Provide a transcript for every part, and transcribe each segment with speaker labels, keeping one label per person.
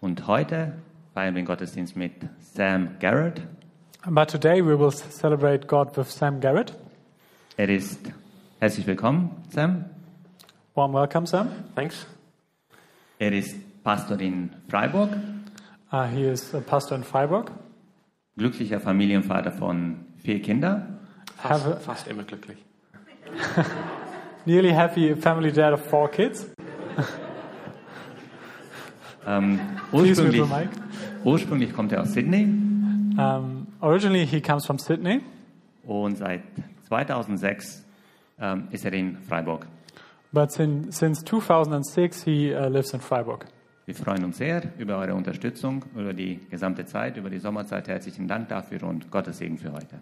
Speaker 1: Und heute feiern wir den Gottesdienst mit Sam Garrett.
Speaker 2: But today we will s- celebrate God with Sam Garrett.
Speaker 1: Er ist herzlich willkommen, Sam.
Speaker 2: Warm welcome, Sam.
Speaker 3: Thanks.
Speaker 1: Er ist Pastor in Freiburg,
Speaker 2: Uh, he is a pastor in Freiburg.
Speaker 1: glücklicher Familienvater von vier Kindern.
Speaker 3: Fast,
Speaker 2: Have a-
Speaker 3: fast immer glücklich.
Speaker 2: Nearly happy family dad of four kids. Please move
Speaker 1: Ursprünglich,
Speaker 2: the mic.
Speaker 1: ursprünglich kommt er aus Sydney
Speaker 2: Um, originally, he comes from Sydney,
Speaker 1: und seit 2006 ähm, ist er in Freiburg.
Speaker 2: but sin, since 2006 he uh, lives in Freiburg.
Speaker 1: Wir freuen uns sehr über eure Unterstützung, über die gesamte Zeit, über die Sommerzeit. Herzlichen Dank dafür und Gottes Segen für heute.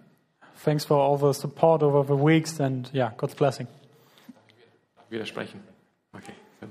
Speaker 2: Thanks for all the support over the weeks and yeah, God's blessing.
Speaker 3: Widersprechen. Okay. gut.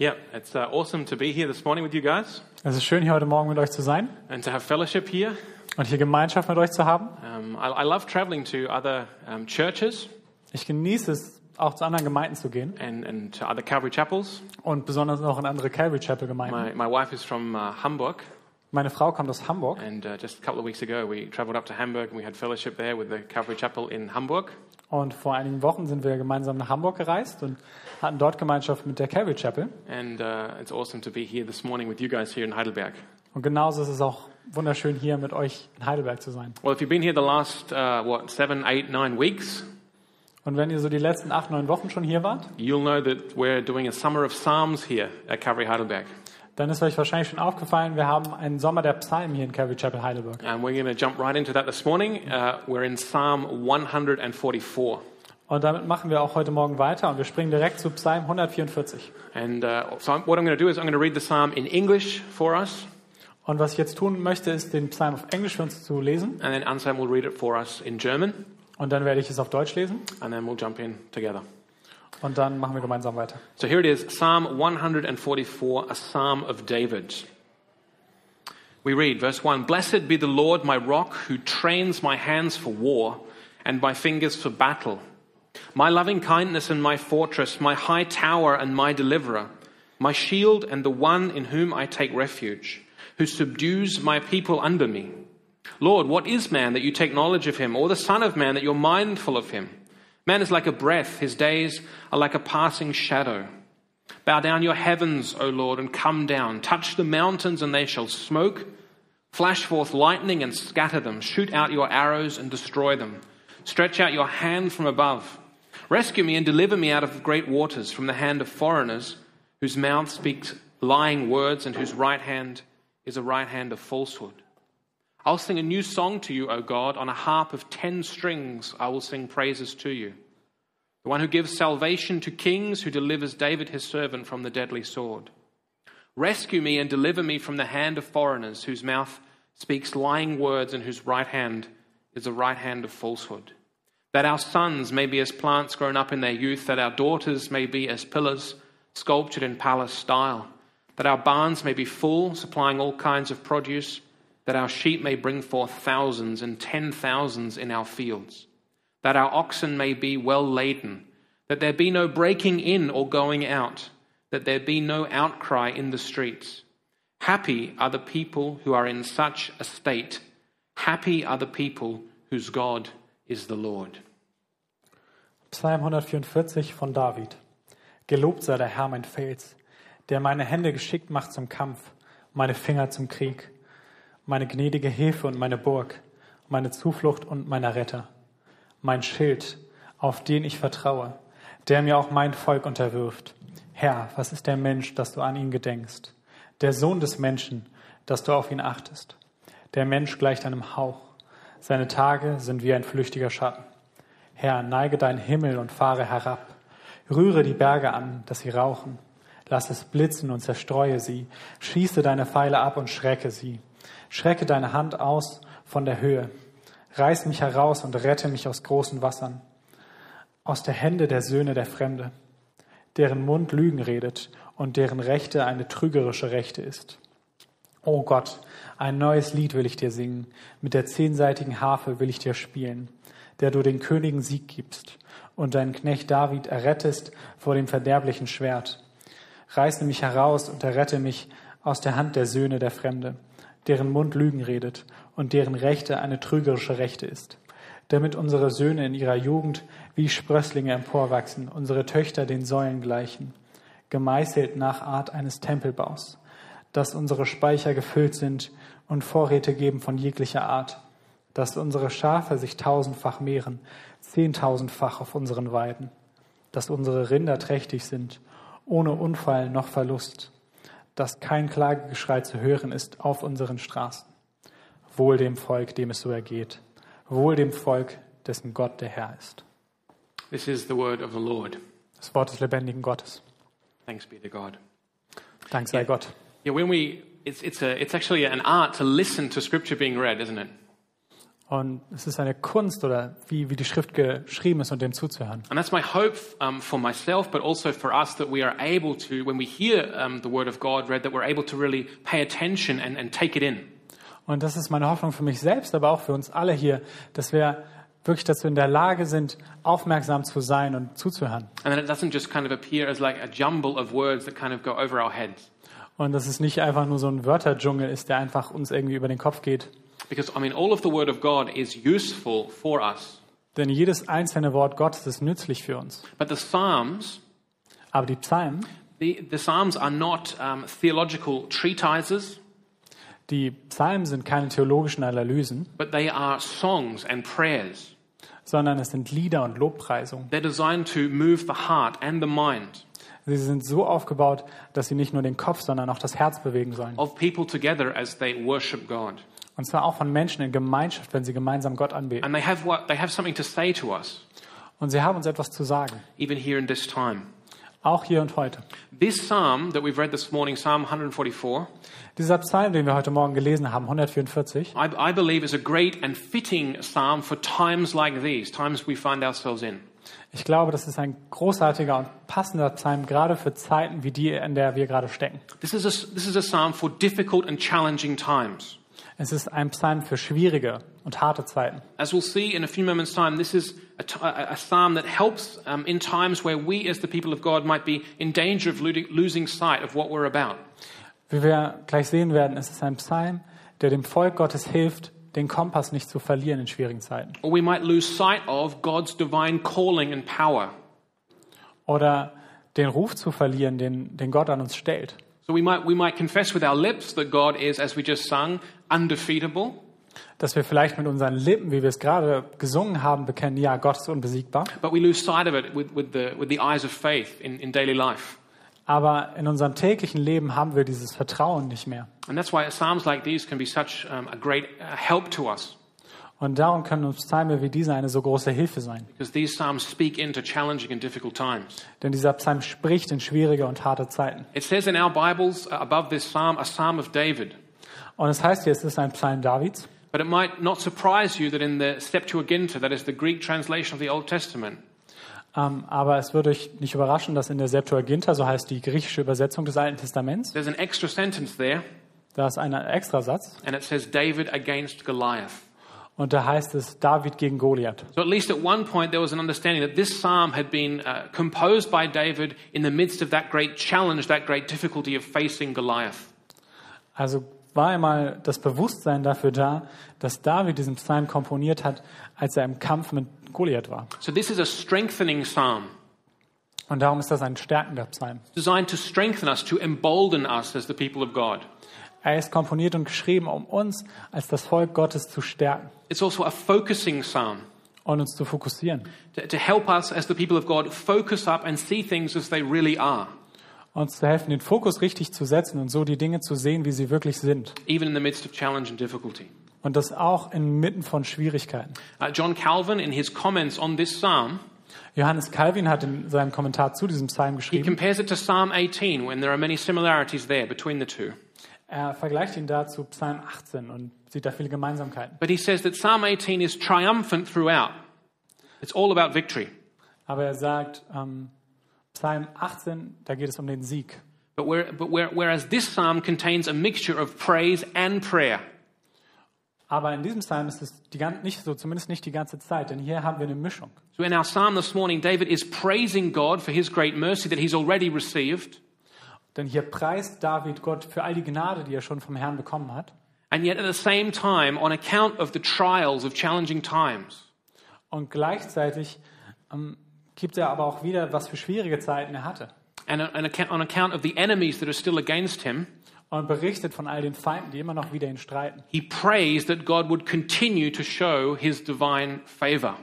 Speaker 3: Yeah, it's uh, awesome to be here this morning with you guys
Speaker 2: Es ist schön, hier heute Morgen mit euch zu sein
Speaker 3: and to have fellowship here.
Speaker 2: und hier Gemeinschaft mit euch zu haben.
Speaker 3: Um, I, I love traveling to other um, churches
Speaker 2: Ich genieße es, auch zu anderen Gemeinden zu gehen
Speaker 3: and, and to other Calvary chapels.
Speaker 2: und besonders auch in andere Calvary Chapel Gemeinden.
Speaker 3: My, my wife is from uh, Hamburg,
Speaker 2: Meine Frau kommt aus Hamburg
Speaker 3: and uh, just a couple of weeks ago we traveled up to Hamburg and we had fellowship there with the Calvary Chapel in Hamburg.
Speaker 2: und vor einigen Wochen sind wir gemeinsam nach Hamburg gereist und hatten dort Gemeinschaft mit der Calvary Chapel.
Speaker 3: And uh, it's awesome to be here this morning with you guys here in Heidelberg.
Speaker 2: Und genauso ist es auch wunderschön, hier mit euch in Heidelberg zu sein.
Speaker 3: Well, if you've been here the last, uh, what, seven, eight, nine weeks,
Speaker 2: Und wenn ihr so die letzten acht, neun Wochen schon hier wart,
Speaker 3: You'll know that we're doing a summer of psalms here at Calvary Heidelberg,
Speaker 2: dann ist euch wahrscheinlich schon aufgefallen, wir haben einen Sommer der Psalmen hier in Calvary Chapel Heidelberg.
Speaker 3: and we're going to jump right into that this morning. Uh, we're in Psalm 144,
Speaker 2: Und damit machen wir auch heute Morgen weiter und wir springen direkt zu Psalm 144.
Speaker 3: and uh, so I'm, what I'm going to do is I'm going to read the psalm in English for us,
Speaker 2: Und was ich jetzt tun möchte, ist den Psalm auf Englisch für uns zu lesen
Speaker 3: and then Anselm will read it for us in German,
Speaker 2: und dann werde ich es auf Deutsch lesen
Speaker 3: and then we'll jump in together.
Speaker 2: und dann machen wir gemeinsam weiter.
Speaker 3: So here it is Psalm 144, a psalm of David. We read, verse 1 Blessed be the Lord, my rock, who trains my hands for war and my fingers for battle. My loving kindness and my fortress, my high tower and my deliverer, my shield and the one in whom I take refuge, who subdues my people under me. Lord, what is man that you take knowledge of him, or the Son of Man that you're mindful of him? Man is like a breath, his days are like a passing shadow. Bow down your heavens, O Lord, and come down. Touch the mountains, and they shall smoke. Flash forth lightning and scatter them. Shoot out your arrows and destroy them. Stretch out your hand from above. Rescue me and deliver me out of great waters, from the hand of foreigners, whose mouth speaks lying words, and whose right hand is a right hand of falsehood. I'll sing a new song to you, O God. On a harp of ten strings, I will sing praises to you. The one who gives salvation to kings, who delivers David his servant from the deadly sword. Rescue me and deliver me from the hand of foreigners, whose mouth speaks lying words and whose right hand is the right hand of falsehood. That our sons may be as plants grown up in their youth, that our daughters may be as pillars sculptured in palace style, that our barns may be full, supplying all kinds of produce, that our sheep may bring forth thousands and ten thousands in our fields that our oxen may be well laden, that there be no breaking in or going out, that there be no outcry in the streets. Happy are the people who are in such a state. Happy are the people whose God is the Lord.
Speaker 2: Psalm 144 von David. Gelobt sei der Herr mein Fels, der meine Hände geschickt macht zum Kampf, meine Finger zum Krieg, meine gnädige Hilfe und meine Burg, meine Zuflucht und mein Retter, mein Schild, auf den ich vertraue, der mir auch mein Volk unterwirft. Herr, was ist der Mensch, dass du an ihn gedenkst? Der Sohn des Menschen, dass du auf ihn achtest. Der Mensch gleicht einem Hauch. Seine Tage sind wie ein flüchtiger Schatten. Herr, neige deinen Himmel und fahre herab. Rühre die Berge an, dass sie rauchen. Lass es blitzen und zerstreue sie. Schieße deine Pfeile ab und schrecke sie. Schrecke deine Hand aus von der Höhe. Reiß mich heraus und rette mich aus großen Wassern. Aus der Hände der Söhne der Fremde, deren Mund Lügen redet und deren Rechte eine trügerische Rechte ist. O Gott, ein neues Lied will ich dir singen, mit der zehnseitigen Harfe will ich dir spielen. der du den Königen Sieg gibst und deinen Knecht David errettest vor dem verderblichen Schwert. Reiße mich heraus und errette mich aus der Hand der Söhne der Fremde, deren Mund Lügen redet und deren Rechte eine trügerische Rechte ist. Damit unsere Söhne in ihrer Jugend wie Sprösslinge emporwachsen, unsere Töchter den Säulen gleichen, gemeißelt nach Art eines Tempelbaus, dass unsere Speicher gefüllt sind und Vorräte geben von jeglicher Art, dass unsere Schafe sich tausendfach mehren, zehntausendfach auf unseren Weiden, dass unsere Rinder trächtig sind, ohne Unfall noch Verlust, dass kein Klagegeschrei zu hören ist auf unseren Straßen. Wohl dem Volk, dem es so ergeht, wohl dem Volk, dessen Gott der Herr ist.
Speaker 3: This is the word of the Lord.
Speaker 2: Das Wort des lebendigen Gottes.
Speaker 3: Thanks be to God.
Speaker 2: Dank sei Gott.
Speaker 3: Yeah, when we, it's, it's, a, it's actually an art to listen to scripture being read, isn't it?
Speaker 2: Und es ist eine Kunst oder wie, wie die Schrift geschrieben ist und dem zuzuhören.
Speaker 3: And that's my hope um, for myself, but also for us that we are able to, when we hear um, the word of God read, that we're able to really pay attention and, and take it in.
Speaker 2: Und das ist meine Hoffnung für mich selbst, aber auch für uns alle hier, dass wir wirklich dazu in der Lage sind, aufmerksam zu sein und zuzuhören.
Speaker 3: And then it doesn't just kind of appear as like a jumble of words that kind of go over our heads.
Speaker 2: Und dass es nicht einfach nur so ein Wörterdschungel ist, der einfach uns irgendwie über den Kopf geht.
Speaker 3: Because, I mean, all of the word of God is useful for us.
Speaker 2: Denn jedes einzelne Wort Gottes ist nützlich für uns.
Speaker 3: But the Psalms,
Speaker 2: Aber die Psalmen,
Speaker 3: the, the Psalms are not um, theological treatises,
Speaker 2: die Psalmen sind keine theologischen Analysen,
Speaker 3: but they are songs and prayers.
Speaker 2: sondern es sind Lieder und Lobpreisungen.
Speaker 3: They're designed to move the heart and the mind
Speaker 2: Sie sind so aufgebaut, dass sie nicht nur den Kopf, sondern auch das Herz bewegen sollen.
Speaker 3: of people together as they worship God.
Speaker 2: Und zwar auch von Menschen in Gemeinschaft, wenn sie gemeinsam Gott anbeten.
Speaker 3: And they have, what, they have something to say to us,
Speaker 2: Und sie haben uns etwas zu sagen,
Speaker 3: even here in this time.
Speaker 2: auch hier und heute.
Speaker 3: This psalm that we've read this morning, Psalm 144,
Speaker 2: Dieser Psalm, den wir heute Morgen gelesen haben, 144,
Speaker 3: I, I believe is a great and fitting psalm for times like these, times we find ourselves in.
Speaker 2: ich glaube, das ist ein großartiger und passender Psalm, gerade für Zeiten wie die, in der wir gerade stecken.
Speaker 3: This is a, this is a psalm for difficult and challenging times.
Speaker 2: Es ist ein Psalm für schwierige und harte Zeiten.
Speaker 3: As we'll see in a few moments' time, this is a, t- a- a psalm that helps um, in times where we, as the people of God, might be in danger of lo- losing sight of what we're about.
Speaker 2: Wie wir gleich sehen werden, ist es ein Psalm, der dem Volk Gottes hilft, den Kompass nicht zu verlieren in schwierigen Zeiten.
Speaker 3: Or we might lose sight of God's divine calling and power.
Speaker 2: Oder den Ruf zu verlieren, den, den Gott an uns stellt.
Speaker 3: So we might, we might confess with our lips that God is, as we just sung, undefeatable,
Speaker 2: Dass wir vielleicht mit unseren Lippen, wie wir es gerade gesungen haben, bekennen, ja, Gott ist unbesiegbar.
Speaker 3: but we lose sight of it with, with, the, with the eyes of faith in, in daily life.
Speaker 2: Aber in unserem täglichen Leben haben wir dieses Vertrauen nicht mehr.
Speaker 3: And that's why psalms like these can be such um, a great uh, help to us,
Speaker 2: Und darum können uns Psalme wie diese eine so große Hilfe sein.
Speaker 3: because these psalms speak into challenging and difficult times.
Speaker 2: Denn dieser Psalm spricht in schwierige und harte Zeiten.
Speaker 3: It says in our Bibles uh, above this psalm, a psalm of David.
Speaker 2: Und es heißt hier, es ist ein Psalm Davids.
Speaker 3: But it might not surprise you that in the Septuaginta, that is the Greek translation of the Old Testament,
Speaker 2: Ähm, aber es würde euch nicht überraschen, dass in der Septuaginta, so heißt die griechische Übersetzung des Alten Testaments,
Speaker 3: there's an extra sentence there,
Speaker 2: da ist ein Extrasatz
Speaker 3: and it says David against Goliath.
Speaker 2: und da heißt es David gegen Goliath.
Speaker 3: So at least at one point there was an understanding that this psalm had been uh, composed by David in the midst of that great challenge, that great difficulty of facing Goliath.
Speaker 2: Also war einmal das Bewusstsein dafür da, dass David diesen Psalm komponiert hat, als er im Kampf mit Goliath war.
Speaker 3: So this is a strengthening psalm
Speaker 2: Und darum ist das ein stärkender Psalm.
Speaker 3: designed to strengthen us, to embolden us as the people of God.
Speaker 2: Er ist komponiert und geschrieben, um uns als das Volk Gottes zu stärken
Speaker 3: It's also a focusing psalm.
Speaker 2: und uns zu fokussieren.
Speaker 3: to, to help us as the people of God focus up and see things as they really are,
Speaker 2: Uns zu helfen, den Fokus richtig zu setzen und so die Dinge zu sehen, wie sie wirklich sind.
Speaker 3: even in the midst of challenge and difficulty.
Speaker 2: Und das auch inmitten von Schwierigkeiten.
Speaker 3: Uh, John Calvin, in his comments on this psalm,
Speaker 2: Johannes Calvin hat in seinem Kommentar zu diesem Psalm
Speaker 3: he
Speaker 2: geschrieben,
Speaker 3: compares it to Psalm 18 when there are many similarities there between the two.
Speaker 2: er vergleicht ihn da zu Psalm 18 und sieht da viele Gemeinsamkeiten.
Speaker 3: But he says that Psalm 18 is triumphant throughout. It's all about victory.
Speaker 2: Aber er sagt, ähm, Psalm 18, da geht es um den Sieg.
Speaker 3: But, where, but where, whereas this psalm contains a mixture of praise and prayer,
Speaker 2: Aber in diesem Psalm ist es die gan- nicht so, zumindest nicht die ganze Zeit, denn hier haben wir eine Mischung.
Speaker 3: So in our psalm this morning, David is praising God for his great mercy that he's already received.
Speaker 2: Denn hier preist David Gott für all die Gnade, die er schon vom Herrn bekommen hat.
Speaker 3: And yet, at the same time, on account of the trials of challenging times,
Speaker 2: Und gleichzeitig ähm, gibt er aber auch wieder, was für schwierige Zeiten er hatte.
Speaker 3: and on account- on account of the enemies that are still against him,
Speaker 2: Und berichtet von all den Feinden, die immer noch wieder ihn streiten.
Speaker 3: he prays that God would continue to show his divine favor.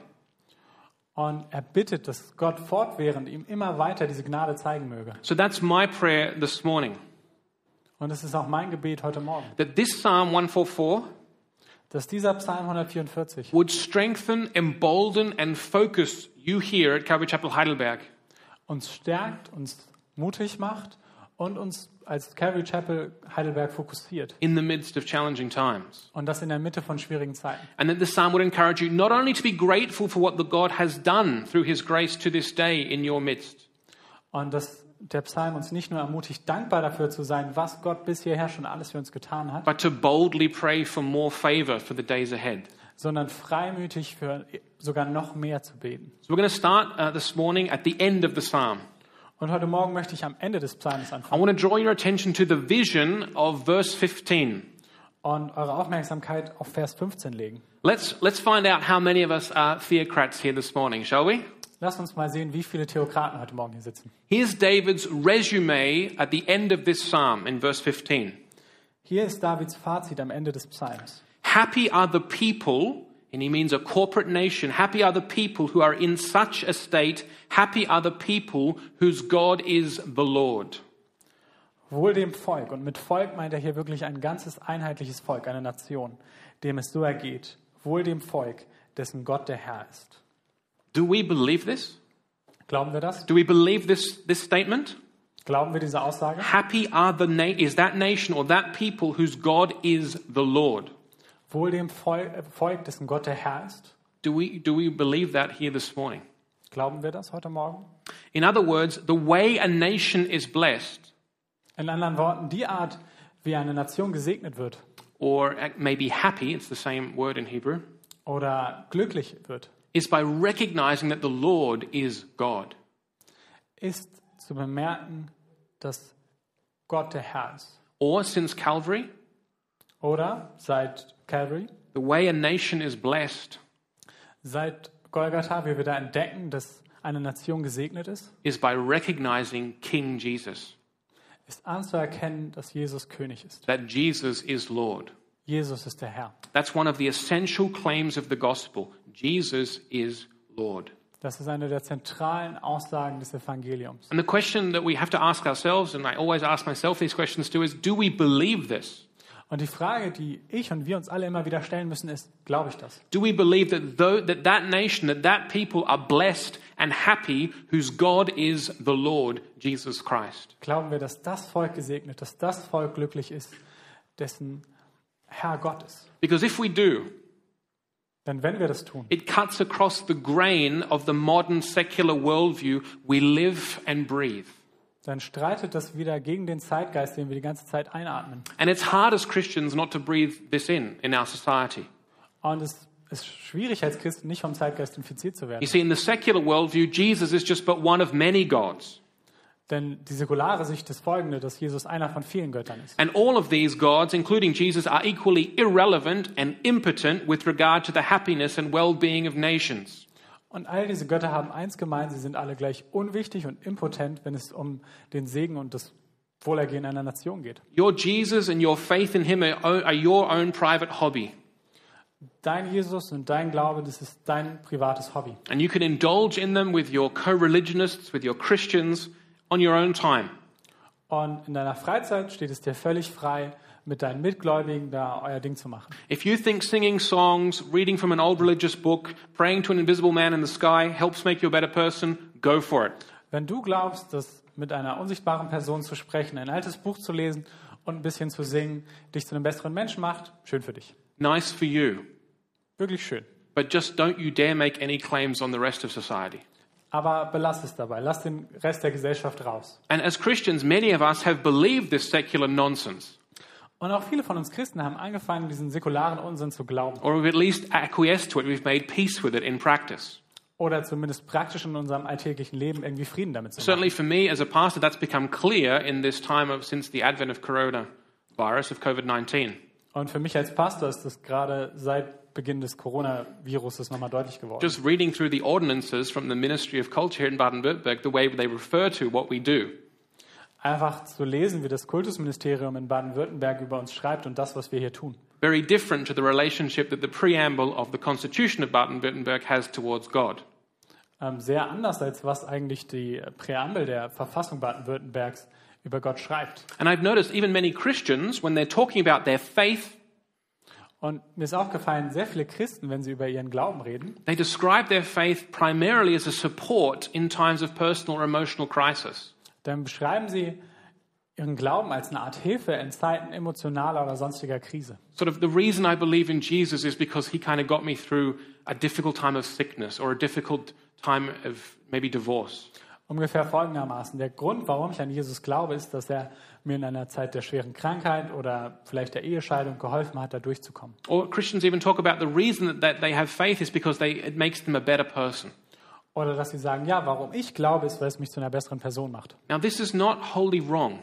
Speaker 2: Und er bittet, dass Gott fortwährend ihm immer weiter diese Gnade zeigen möge.
Speaker 3: So that's my prayer this morning
Speaker 2: Und es ist auch mein Gebet heute Morgen,
Speaker 3: that this Psalm 144
Speaker 2: dass dieser Psalm 144
Speaker 3: would strengthen, embolden, and focus you here at Calvary Chapel Heidelberg
Speaker 2: uns stärkt, uns mutig macht und uns als Calvary Chapel Heidelberg fokussiert.
Speaker 3: in the midst of challenging times.
Speaker 2: Und das in der Mitte von schwierigen Zeiten.
Speaker 3: And that this psalm would encourage you not only to be grateful for what the God has done through his grace to this day in your midst,
Speaker 2: Und dass der Psalm uns nicht nur ermutigt, dankbar dafür zu sein, was Gott bis hierher schon alles für uns getan hat,
Speaker 3: but to boldly pray for more favor for the days ahead.
Speaker 2: sondern freimütig für sogar noch mehr zu beten.
Speaker 3: So we're going to start uh, this morning at the end of the psalm.
Speaker 2: Und heute Morgen möchte ich am Ende des Psalms
Speaker 3: I
Speaker 2: anfangen
Speaker 3: want to draw your attention to the vision of verse 15.
Speaker 2: und eure Aufmerksamkeit auf Vers 15 legen.
Speaker 3: Let's, let's find out how many of us are theocrats here this morning, shall we?
Speaker 2: Lasst uns mal sehen, wie viele Theokraten heute Morgen hier sitzen.
Speaker 3: Here's David's resume at the end of this psalm in verse 15.
Speaker 2: Hier ist Davids Fazit am Ende des Psalms.
Speaker 3: Happy are the people, and he means a corporate nation. Happy are the people who are in such a state. Happy are the people whose God is the Lord.
Speaker 2: Wohl dem Volk, und mit Volk meint er hier wirklich ein ganzes einheitliches Volk, eine Nation, dem es so ergeht. Wohl dem Volk, dessen Gott der Herr ist.
Speaker 3: Do we believe this?
Speaker 2: Glauben wir das?
Speaker 3: Do we believe this, this statement?
Speaker 2: Glauben wir diese Aussage?
Speaker 3: Happy are the na- is that nation or that people whose God is the Lord.
Speaker 2: Wohl dem Volk, äh, Volk, dessen Gott der Herr ist.
Speaker 3: Do we, do we believe that here this morning?
Speaker 2: Glauben wir das heute Morgen?
Speaker 3: In other words, the way a nation is blessed,
Speaker 2: In anderen Worten, die Art, wie eine Nation gesegnet wird
Speaker 3: or maybe happy, it's the same word in Hebrew,
Speaker 2: oder glücklich wird,
Speaker 3: is by recognizing that the Lord is God.
Speaker 2: ist zu bemerken, dass Gott der Herr ist.
Speaker 3: Or since Calvary,
Speaker 2: Oder seit Calvary,
Speaker 3: the way a nation is blessed
Speaker 2: seit Golgatha, wie wir da entdecken, dass eine Nation gesegnet ist,
Speaker 3: is by recognizing King Jesus,
Speaker 2: ist anzuerkennen, dass Jesus König ist.
Speaker 3: that Jesus is Lord.
Speaker 2: Jesus ist der Herr.
Speaker 3: That's one of the essential claims of the gospel. Jesus is Lord.
Speaker 2: Das ist eine der zentralen Aussagen des Evangeliums.
Speaker 3: And the question that we have to ask ourselves, and I always ask myself these questions too, is do we believe this?
Speaker 2: Und die Frage, die ich und wir uns alle immer wieder stellen müssen, ist, glaube ich das?
Speaker 3: Do we believe that though, that, that nation, that that people are blessed and happy whose God is the Lord Jesus Christ?
Speaker 2: Glauben wir, dass das Volk gesegnet, dass das Volk glücklich ist, dessen Herr Gott ist?
Speaker 3: Because if we do,
Speaker 2: Denn wenn wir das tun,
Speaker 3: It cuts across the grain of the modern secular worldview we live and breathe.
Speaker 2: dann streitet das wieder gegen den Zeitgeist, den wir die ganze Zeit einatmen.
Speaker 3: And it's hard as Christians not to breathe this in in our society.
Speaker 2: Und es ist schwierig als Christen nicht vom Zeitgeist infiziert zu
Speaker 3: You
Speaker 2: werden.
Speaker 3: see, in the secular worldview, Jesus is just but one of many gods.
Speaker 2: Denn die säkulare Sicht ist folgende, dass Jesus einer von vielen Göttern ist.
Speaker 3: And all of these gods, including Jesus, are equally irrelevant and impotent with regard to the happiness and well being of nations.
Speaker 2: Und all diese Götter haben eins gemein, sie sind alle gleich unwichtig und impotent, wenn es um den Segen und das Wohlergehen einer Nation geht.
Speaker 3: Your Jesus and your faith in him are are your own private hobby.
Speaker 2: Dein Jesus und dein Glaube, das ist dein privates Hobby.
Speaker 3: And you can indulge in them with your co religionists, with your Christians, on your own time.
Speaker 2: Und in deiner Freizeit steht es dir völlig frei, mit deinen Mitgläubigen da euer Ding zu machen.
Speaker 3: If you think singing songs, reading from an old religious book, praying to an invisible man in the sky helps make you a better person, go for it.
Speaker 2: Wenn du glaubst, dass mit einer unsichtbaren Person zu sprechen, ein altes Buch zu lesen und ein bisschen zu singen dich zu einem besseren Menschen macht, schön für dich.
Speaker 3: Nice for you.
Speaker 2: Wirklich schön.
Speaker 3: But just don't you dare make any claims on the rest of society.
Speaker 2: Aber belass es dabei. Lass den Rest der Gesellschaft raus.
Speaker 3: And as Christians, many of us have believed this secular nonsense.
Speaker 2: Und auch viele von uns Christen haben angefangen, diesen säkularen Unsinn zu glauben
Speaker 3: or we've at least acquiesced to it. We've made peace with it in practice.
Speaker 2: oder zumindest praktisch in unserem alltäglichen Leben irgendwie Frieden damit zu machen.
Speaker 3: Certainly for me as a pastor, that's become clear in this time of, since the advent of coronavirus, of COVID 19.
Speaker 2: Und für mich als Pastor ist das gerade seit Beginn des Coronaviruses nochmal deutlich geworden.
Speaker 3: Just reading through the ordinances from the Ministry of Culture in Baden Württemberg, the way they refer to what we do,
Speaker 2: Einfach zu lesen, wie das Kultusministerium in Baden-Württemberg über uns schreibt und das, was wir hier tun.
Speaker 3: very different to the relationship that the preamble of the Constitution of Baden Württemberg has towards God.
Speaker 2: Ähm, sehr anders, als was eigentlich die Präambel der Verfassung Baden-Württembergs über Gott schreibt.
Speaker 3: And I've noticed even many Christians, when they're talking about their faith,
Speaker 2: Und mir ist aufgefallen, sehr viele Christen, wenn sie über ihren Glauben reden,
Speaker 3: they describe their faith primarily as a support in times of personal or emotional crisis.
Speaker 2: dann beschreiben sie ihren Glauben als eine Art Hilfe in Zeiten emotionaler oder sonstiger Krise.
Speaker 3: sort of the reason I believe in Jesus is because he kind of got me through a difficult time of sickness or a difficult time of maybe divorce.
Speaker 2: Ungefähr folgendermaßen. Der Grund, warum ich an Jesus glaube, ist, dass er mir in einer Zeit der schweren Krankheit oder vielleicht der Ehescheidung geholfen hat, da durchzukommen.
Speaker 3: Or Christians even talk about the reason that, that they have faith is because they, it makes them a better person.
Speaker 2: Oder dass sie sagen, ja, warum ich glaube, ist, weil es mich zu einer besseren Person macht.
Speaker 3: Now, this is not wholly wrong,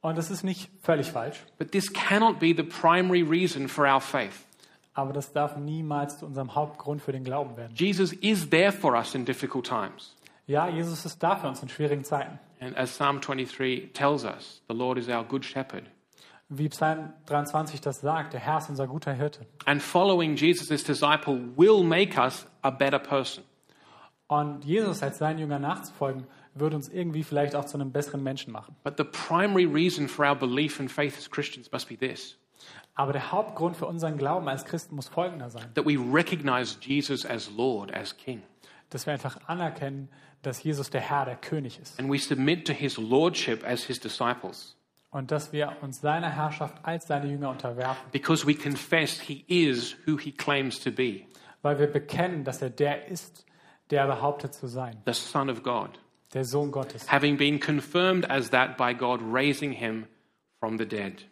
Speaker 2: Und das ist nicht völlig falsch,
Speaker 3: but this cannot be the primary reason for our faith.
Speaker 2: aber das darf niemals zu unserem Hauptgrund für den Glauben werden.
Speaker 3: Jesus is there for us in difficult times.
Speaker 2: Ja, Jesus ist da für uns in schwierigen Zeiten.
Speaker 3: And as Psalm 23 tells us, the Lord is our good shepherd.
Speaker 2: Wie Psalm 23 das sagt, der Herr ist unser guter Hirte.
Speaker 3: And following Jesus, this disciple, will make us a better person.
Speaker 2: Und Jesus als sein Jünger nachzufolgen, würde uns irgendwie vielleicht auch zu einem besseren Menschen machen.
Speaker 3: But the primary reason for our belief and faith as Christians must be this
Speaker 2: Aber der Hauptgrund für unseren Glauben als Christen muss folgender sein.
Speaker 3: that we recognize Jesus as Lord, as King,
Speaker 2: dass wir einfach anerkennen, dass Jesus der Herr, der König ist
Speaker 3: and we submit to his lordship as his disciples
Speaker 2: und dass wir uns seiner Herrschaft als seine Jünger unterwerfen,
Speaker 3: because we confess he is who he claims to be
Speaker 2: weil wir bekennen, dass er der ist, der er behauptet zu sein,
Speaker 3: the Son of God,
Speaker 2: der Sohn Gottes.
Speaker 3: having been confirmed as that by God raising him from the dead.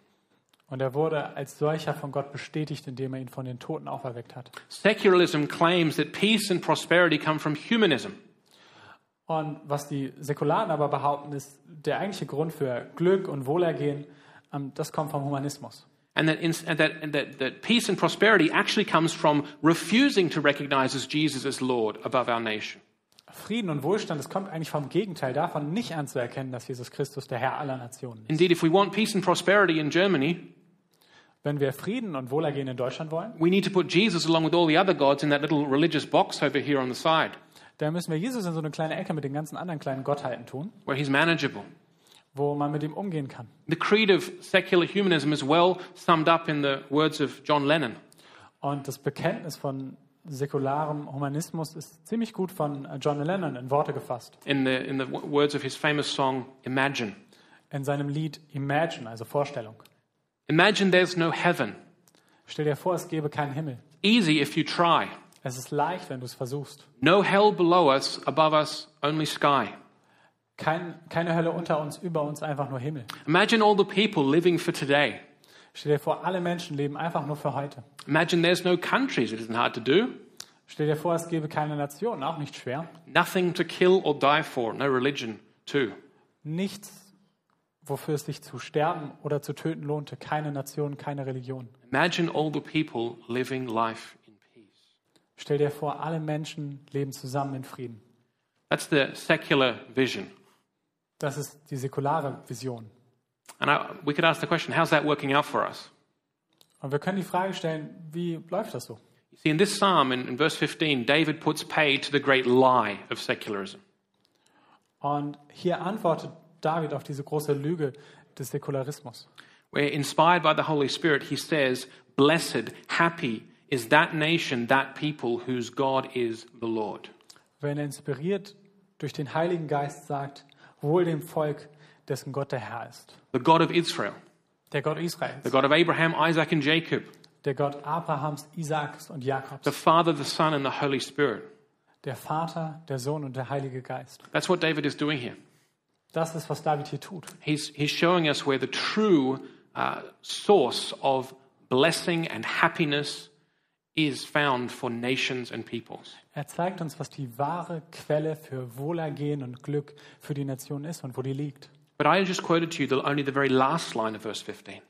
Speaker 2: Und er wurde als solcher von Gott bestätigt, indem er ihn von den Toten auferweckt hat.
Speaker 3: Secularism claims that peace and prosperity come from humanism.
Speaker 2: Und was die Säkularen aber behaupten, ist der eigentliche Grund für Glück und Wohlergehen, ähm, das kommt vom Humanismus.
Speaker 3: And that, in, and that, and that, that peace and prosperity actually comes from refusing to recognize as Jesus as Lord above our nation.
Speaker 2: Frieden und Wohlstand, das kommt eigentlich vom Gegenteil davon, nicht anzuerkennen, dass Jesus Christus der Herr aller Nationen ist.
Speaker 3: Indeed, if we want peace and prosperity in Germany,
Speaker 2: Wenn wir Frieden und Wohlergehen in Deutschland wollen,
Speaker 3: we need to put Jesus along with all the other gods in that little religious box over here on the side,
Speaker 2: Da müssen wir Jesus in so eine kleine Ecke mit den ganzen anderen kleinen Gottheiten tun,
Speaker 3: where he's manageable.
Speaker 2: wo man mit ihm umgehen kann.
Speaker 3: The creed of secular humanism is well summed up in the words of John Lennon
Speaker 2: Und das Bekenntnis von säkularem Humanismus ist ziemlich gut von äh, John Lennon in Worte gefasst,
Speaker 3: in the, in the w- words of his famous song, Imagine.
Speaker 2: in seinem Lied Imagine, also Vorstellung.
Speaker 3: Imagine there's no heaven.
Speaker 2: Stell dir vor, es gäbe keinen Himmel.
Speaker 3: Easy if you try.
Speaker 2: Es ist leicht, wenn du es versuchst.
Speaker 3: No hell below us, above us, only sky.
Speaker 2: Kein, keine Hölle unter uns, über uns, einfach nur Himmel.
Speaker 3: Imagine all the people living for today.
Speaker 2: Stell dir vor, alle Menschen leben einfach nur für heute.
Speaker 3: Imagine there's no countries. It isn't hard to do.
Speaker 2: Stell dir vor, es gäbe keine Nation, auch nicht schwer.
Speaker 3: Nothing to kill or die for. No religion, too.
Speaker 2: Nichts, wofür es sich zu sterben oder zu töten lohnte. Keine Nation, keine Religion.
Speaker 3: Imagine all the people living life in peace.
Speaker 2: Stell dir vor, alle Menschen leben zusammen in Frieden.
Speaker 3: That's the secular vision.
Speaker 2: Das ist die säkulare Vision.
Speaker 3: And I, we could ask the question how's that working out for us?
Speaker 2: Und wir können die Frage stellen, wie läuft das so?
Speaker 3: You see, in this psalm, in, in verse 15, David puts pay to the great lie of secularism.
Speaker 2: Und hier antwortet David auf diese große Lüge des Säkularismus.
Speaker 3: Where, inspired by the Holy Spirit, he says, Blessed, happy is that nation, that people whose God is the Lord.
Speaker 2: Wenn er inspiriert durch den Heiligen Geist sagt, wohl dem Volk, dessen Gott der Herr ist.
Speaker 3: The God of Israel,
Speaker 2: Der Gott
Speaker 3: the
Speaker 2: Israels,
Speaker 3: God of Abraham, Isaac, and Jacob,
Speaker 2: der Gott Abrahams, Isaaks und
Speaker 3: the
Speaker 2: Jakobs,
Speaker 3: Father, the Son, and the Holy Spirit.
Speaker 2: der Vater, der Sohn und der Heilige Geist.
Speaker 3: That's what David is doing here.
Speaker 2: Das ist, was David hier tut.
Speaker 3: He's, he's showing us where the true uh, source of blessing and happiness is found for nations and peoples.
Speaker 2: Er zeigt uns, was die wahre Quelle für Wohlergehen und Glück für die Nation ist und wo die liegt.
Speaker 3: But I just quoted to you the, only the very last line of verse 15.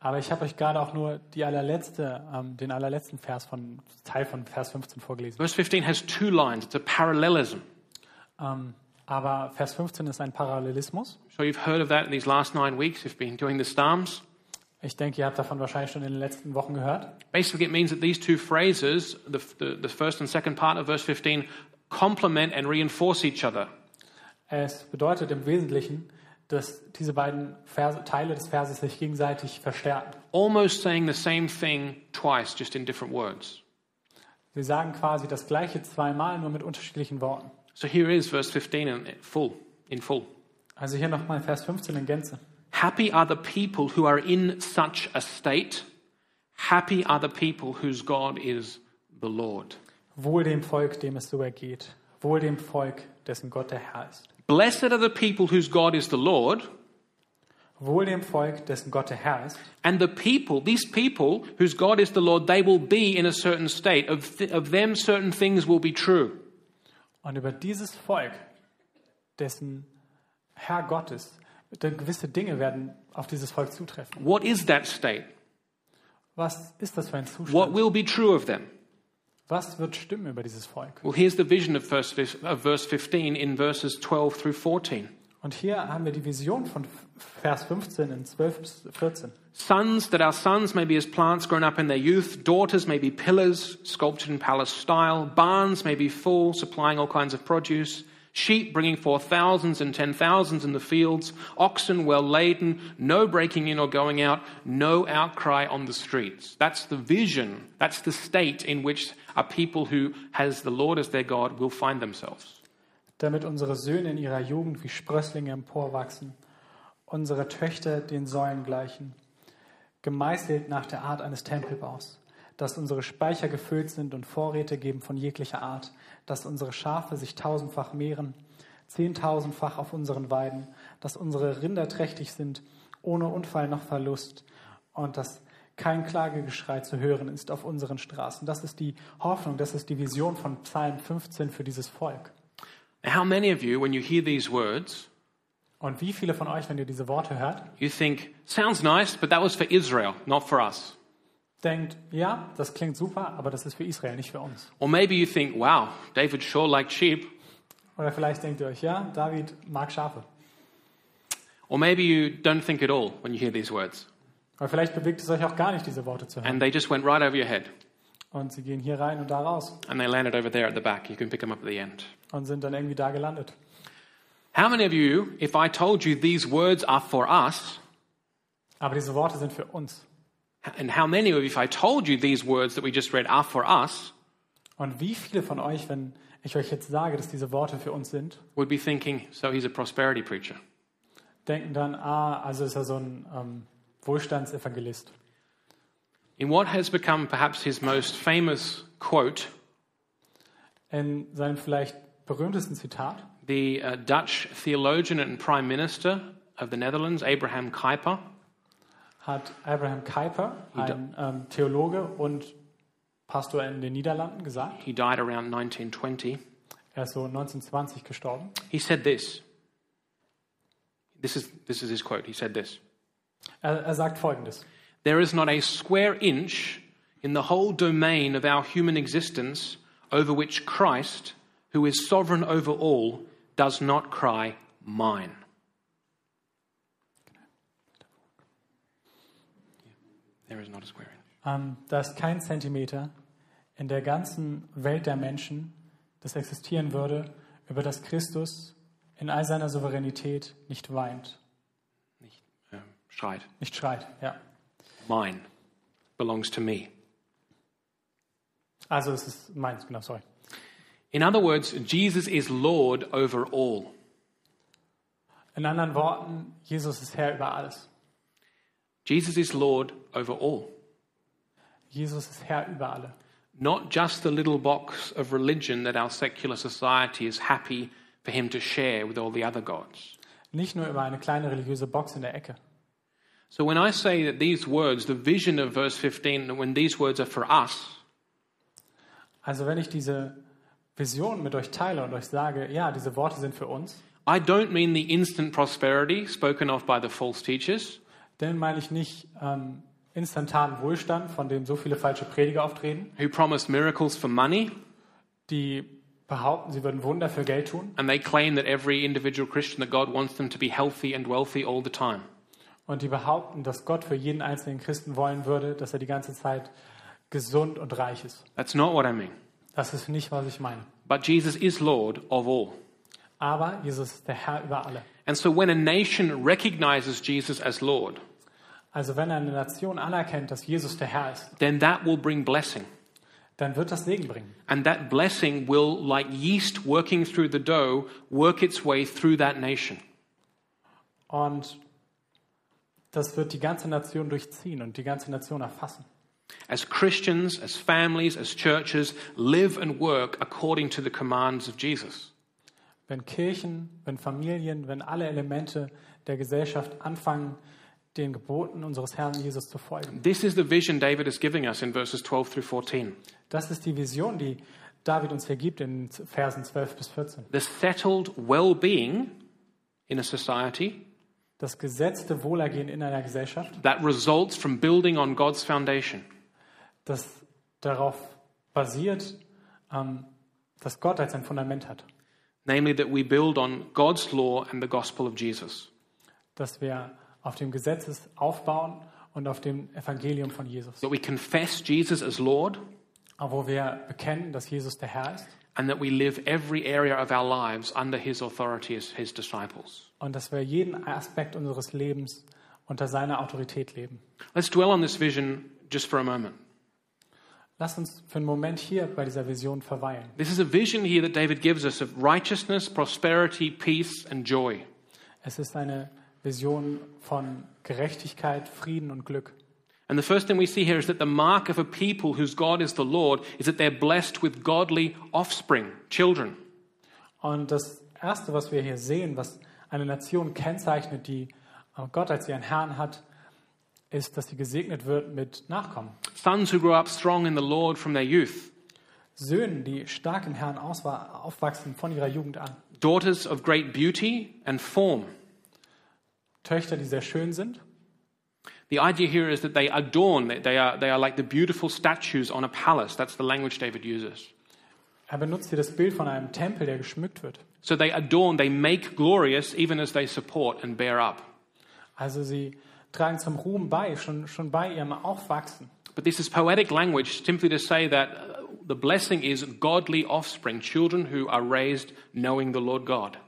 Speaker 2: Aber ich habe euch gerade auch nur die allerletzte, ähm, den allerletzten Vers von Teil von Vers 15 vorgelesen.
Speaker 3: Verse 15 has two lines, it's a parallelism.
Speaker 2: Ähm, aber Vers 15 ist ein Parallelismus.
Speaker 3: So you've heard of that in these last nine weeks, you've been doing the Psalms.
Speaker 2: Ich denke, ihr habt davon wahrscheinlich schon in den letzten Wochen gehört.
Speaker 3: Basically, it means that these two phrases, the, the, the first and second part of verse 15, complement and reinforce each other.
Speaker 2: Es bedeutet im Wesentlichen, dass diese beiden Verse, Teile des Verses sich gegenseitig verstärken.
Speaker 3: almost saying the same thing twice, just in different words.
Speaker 2: Sie sagen quasi das Gleiche zweimal, nur mit unterschiedlichen Worten.
Speaker 3: So here is verse 15 in full, in full.
Speaker 2: Also hier nochmal Vers 15 in Gänze.
Speaker 3: Happy are the people who are in such a state. Happy are the people whose God is the Lord.
Speaker 2: Wohl dem Volk, dem es so ergeht. Wohl dem Volk, dessen Gott der Herr ist.
Speaker 3: Blessed are the people whose God is the Lord,
Speaker 2: Wohl dem Volk, dessen Gott der Herr ist.
Speaker 3: and the people, these people whose God is the Lord, they will be in a certain state. Of, th- of them, certain things will be true.
Speaker 2: Und über dieses Volk, dessen Herr Gott ist, denn gewisse Dinge werden auf dieses Volk zutreffen.
Speaker 3: What is that state?
Speaker 2: Was ist das für ein Zustand?
Speaker 3: What will be true of them?
Speaker 2: Was wird stimmen über dieses Volk?
Speaker 3: Well, here's the vision of verse, fif- of verse 15 in verses 12 through 14.
Speaker 2: Und hier haben wir die Vision von Vers 15 in 12 bis 14.
Speaker 3: Sons, that our sons may be as plants grown up in their youth, daughters may be pillars sculptured in palace style, barns may be full, supplying all kinds of produce, sheep bringing forth thousands and ten thousands in the fields, oxen well laden, no breaking in or going out, no outcry on the streets. That's the vision, that's the state in which a people who has the Lord as their God will find themselves.
Speaker 2: damit unsere Söhne in ihrer Jugend wie Sprösslinge emporwachsen, unsere Töchter den Säulen gleichen, gemeißelt nach der Art eines Tempelbaus, dass unsere Speicher gefüllt sind und Vorräte geben von jeglicher Art, dass unsere Schafe sich tausendfach mehren, zehntausendfach auf unseren Weiden, dass unsere Rinder trächtig sind, ohne Unfall noch Verlust und dass kein Klagegeschrei zu hören ist auf unseren Straßen. Das ist die Hoffnung, das ist die Vision von Psalm 15 für dieses Volk.
Speaker 3: Now, how many of you, when you hear these words,
Speaker 2: Und wie viele von euch, wenn ihr diese Worte hört,
Speaker 3: you think, sounds nice, but that was for Israel, not for us?
Speaker 2: denkt, ja, das klingt super, aber das ist für Israel, nicht für uns?
Speaker 3: Or maybe you think, wow, David sure liked sheep.
Speaker 2: Oder vielleicht denkt ihr euch, ja, David mag Schafe.
Speaker 3: Or maybe you don't think at all when you hear these words.
Speaker 2: Oder vielleicht bewegt es euch auch gar nicht, diese Worte zu hören.
Speaker 3: And they just went right over your head.
Speaker 2: Und sie gehen hier rein und da raus
Speaker 3: And they landed over there at the back. You can pick them up at the end.
Speaker 2: und sind dann irgendwie da gelandet.
Speaker 3: How many of you, if I told you these words are for us,
Speaker 2: Aber diese Worte sind für uns.
Speaker 3: and how many of you, if I told you these words that we just read are for us,
Speaker 2: Und wie viele von euch, wenn ich euch jetzt sage, dass diese Worte für uns sind,
Speaker 3: would be thinking, so he's a prosperity preacher?
Speaker 2: denken dann, ah, also ist er so ein ähm, Wohlstandsevangelist.
Speaker 3: In what has become perhaps his most famous quote,
Speaker 2: In seinem vielleicht berühmtesten Zitat
Speaker 3: the uh, Dutch theologian and prime minister of the Netherlands, Abraham Kuyper,
Speaker 2: hat Abraham Kuyper, ein ähm, Theologe und Pastor in den Niederlanden, gesagt.
Speaker 3: he died around 1920.
Speaker 2: Er ist so 1920 gestorben.
Speaker 3: He said this. This is, this is his quote. He said this
Speaker 2: Er, er sagt Folgendes.
Speaker 3: There is not a square inch in the whole domain of our human existence over which Christ, who is sovereign over all, does not cry, Mine. There is not a square inch.
Speaker 2: Ähm, da ist kein Zentimeter in der ganzen Welt der Menschen, das existieren würde, über das Christus in all seiner Souveränität nicht weint,
Speaker 3: Um, Schreit.
Speaker 2: nicht schreit. Ja.
Speaker 3: Mine belongs to me.
Speaker 2: Also es ist meins, genau, sorry.
Speaker 3: In other words, Jesus is Lord over all.
Speaker 2: In anderen Worten, Jesus ist Herr über alles.
Speaker 3: Jesus is Lord over all.
Speaker 2: Jesus ist Herr über alle.
Speaker 3: not just the little box of religion that our secular society is happy for him to share with all the other gods.
Speaker 2: Nicht nur über eine kleine religiöse Box in der Ecke.
Speaker 3: So when I say that these words, the vision of verse 15, when these words are for us,
Speaker 2: Also wenn ich diese Vision mit euch teile und euch sage, ja, diese Worte sind für uns,
Speaker 3: I don't mean the instant prosperity spoken of by the false teachers.
Speaker 2: dann meine ich nicht ähm, instantanen Wohlstand, von dem so viele falsche Prediger auftreten,
Speaker 3: who promise miracles for money,
Speaker 2: die behaupten, sie würden Wunder für Geld tun
Speaker 3: and they claim that every individual Christian that God wants them to be healthy and wealthy all the time.
Speaker 2: und die behaupten, dass Gott für jeden einzelnen Christen wollen würde, dass er die ganze Zeit gesund und reich ist.
Speaker 3: That's not what I mean.
Speaker 2: Das ist nicht, was ich meine.
Speaker 3: But Jesus is Lord of all.
Speaker 2: Aber Jesus ist der Herr über alle.
Speaker 3: And so when a nation recognizes Jesus as Lord,
Speaker 2: Also wenn eine Nation anerkennt, dass Jesus der Herr ist,
Speaker 3: then that will bring blessing.
Speaker 2: dann wird das Segen bringen.
Speaker 3: And that blessing will, like yeast working through the dough, work its way through that nation.
Speaker 2: Und das wird die ganze Nation durchziehen und die ganze Nation erfassen.
Speaker 3: As Christians, as families, as churches live and work according to the commands of Jesus.
Speaker 2: Wenn Kirchen, wenn Familien, wenn alle Elemente der Gesellschaft anfangen, den Geboten unseres Herrn Jesus zu folgen.
Speaker 3: This is the vision David is giving us in verses 12 through 14.
Speaker 2: Das ist die Vision, die David uns hier gibt in Versen 12 bis 14.
Speaker 3: the settled well being in a society
Speaker 2: Das gesetzte Wohlergehen in einer Gesellschaft,
Speaker 3: that results from building on God's foundation.
Speaker 2: das darauf basiert, ähm, dass Gott als ein Fundament hat.
Speaker 3: Namely, that we build on God's law and the gospel of Jesus.
Speaker 2: dass wir auf dem Gesetzes aufbauen und auf dem Evangelium von Jesus,
Speaker 3: That we confess Jesus as Lord
Speaker 2: wo wir bekennen, dass Jesus der Herr ist
Speaker 3: and that we live every area of our lives under his authority as his disciples.
Speaker 2: und dass wir jeden Aspekt unseres Lebens unter seiner Autorität leben.
Speaker 3: Let's dwell on this vision just for a moment.
Speaker 2: Lasst uns für einen Moment hier bei dieser Vision verweilen.
Speaker 3: This is a vision here that David gives us of righteousness, prosperity, peace, and joy.
Speaker 2: Es ist eine Vision von Gerechtigkeit, Frieden und Glück.
Speaker 3: And the first thing we see here is that the mark of a people whose God is the Lord is that they're blessed with godly offspring, children.
Speaker 2: Und das Erste, was wir hier sehen, was eine Nation kennzeichnet, die Gott als ihren Herrn hat, ist, dass sie gesegnet wird mit Nachkommen.
Speaker 3: Sons who grow up strong in the Lord from their youth,
Speaker 2: Söhnen, die stark im Herrn auswa- aufwachsen von ihrer Jugend an.
Speaker 3: daughters of great beauty and form.
Speaker 2: Töchter, die sehr schön sind.
Speaker 3: The idea here is that they adorn, that they are, they are like the beautiful statues on a palace. That's the language David uses.
Speaker 2: Er benutzt hier das Bild von einem Tempel, der geschmückt wird.
Speaker 3: So they adorn, they make glorious even as they support and bear up.
Speaker 2: Also sie tragen zum Ruhm bei, schon, schon bei ihrem Aufwachsen.
Speaker 3: But this is poetic language simply to say that uh, the blessing is godly offspring, children who are raised knowing the Lord God.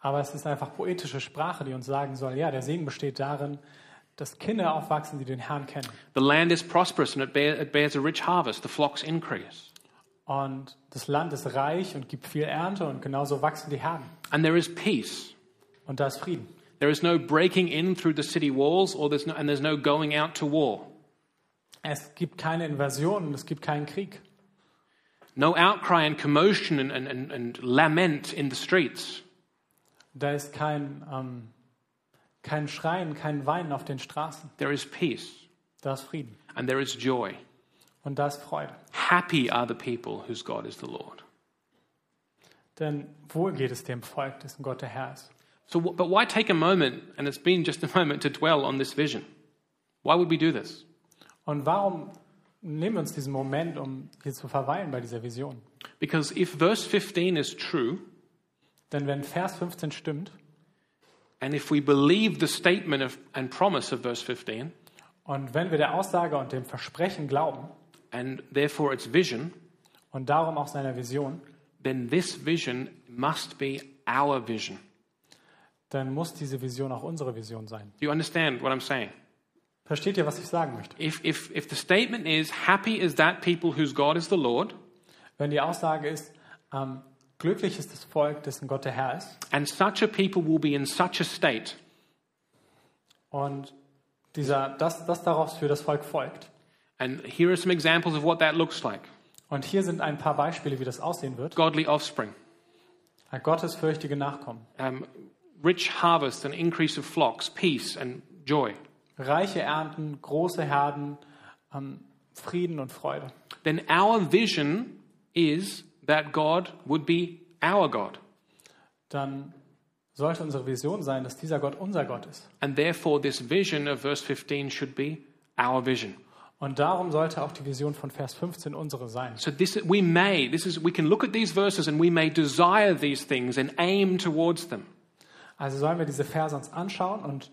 Speaker 2: Aber es ist einfach poetische Sprache, die uns sagen soll, ja, der Segen besteht darin, dass Kinder aufwachsen, die den Herrn kennen.
Speaker 3: The land is prosperous and it, bear, it bears a rich harvest. The flocks increase.
Speaker 2: Und das Land ist reich und gibt viel Ernte und genauso wachsen die Herden.
Speaker 3: And there is peace.
Speaker 2: Und da ist Frieden.
Speaker 3: There is no breaking in through the city walls, or there's no, and there's no going out to war.
Speaker 2: Es gibt keine Invasion und es gibt keinen Krieg.
Speaker 3: No outcry and commotion and, and, and, and lament in the streets.
Speaker 2: Da ist kein, ähm, kein Schreien, kein Weinen auf den Straßen.
Speaker 3: There is peace
Speaker 2: Da ist Frieden
Speaker 3: and there is joy.
Speaker 2: und da ist Freude.
Speaker 3: Happy are the people whose God is the Lord.
Speaker 2: Denn wohl geht es dem Volk, dessen Gott der Herr ist.
Speaker 3: So, wh- but why take a moment, and it's been just a moment, to dwell on this vision? Why would we do this?
Speaker 2: Und warum nehmen wir uns diesen Moment, um hier zu verweilen bei dieser Vision?
Speaker 3: Because if verse 15 is true,
Speaker 2: Denn wenn Vers 15 stimmt
Speaker 3: and if we believe the statement of, and promise of verse 15,
Speaker 2: und wenn wir der Aussage und dem Versprechen glauben
Speaker 3: and therefore its vision,
Speaker 2: und darum auch seiner Vision,
Speaker 3: then this vision must be our vision.
Speaker 2: dann muss diese Vision auch unsere Vision sein.
Speaker 3: Do you understand what I'm saying?
Speaker 2: Versteht ihr, was ich sagen möchte?
Speaker 3: If, if, if the statement is, happy is that people whose God is the Lord,
Speaker 2: Wenn die Aussage ist, ähm, glücklich ist das Volk, dessen Gott der Herr ist,
Speaker 3: and such a people will be in such a state,
Speaker 2: Und dieser, das, das daraus für das Volk folgt.
Speaker 3: and here are some examples of what that looks like
Speaker 2: Und hier sind ein paar Beispiele, wie das aussehen wird.
Speaker 3: godly offspring,
Speaker 2: Gottesfürchtige Nachkommen,
Speaker 3: um, rich harvest and increase of flocks, peace and joy.
Speaker 2: Reiche Ernten, große Herden, ähm, Frieden und Freude.
Speaker 3: then our vision is that God would be our God.
Speaker 2: Dann sollte unsere Vision sein, dass dieser Gott unser Gott ist.
Speaker 3: And therefore, this vision of verse 15 should be our vision.
Speaker 2: Und darum sollte auch die Vision von Vers 15 unsere sein.
Speaker 3: So this we may this is we can look at these verses and we may desire these things and aim towards them.
Speaker 2: Also sollen wir diese Verse uns anschauen und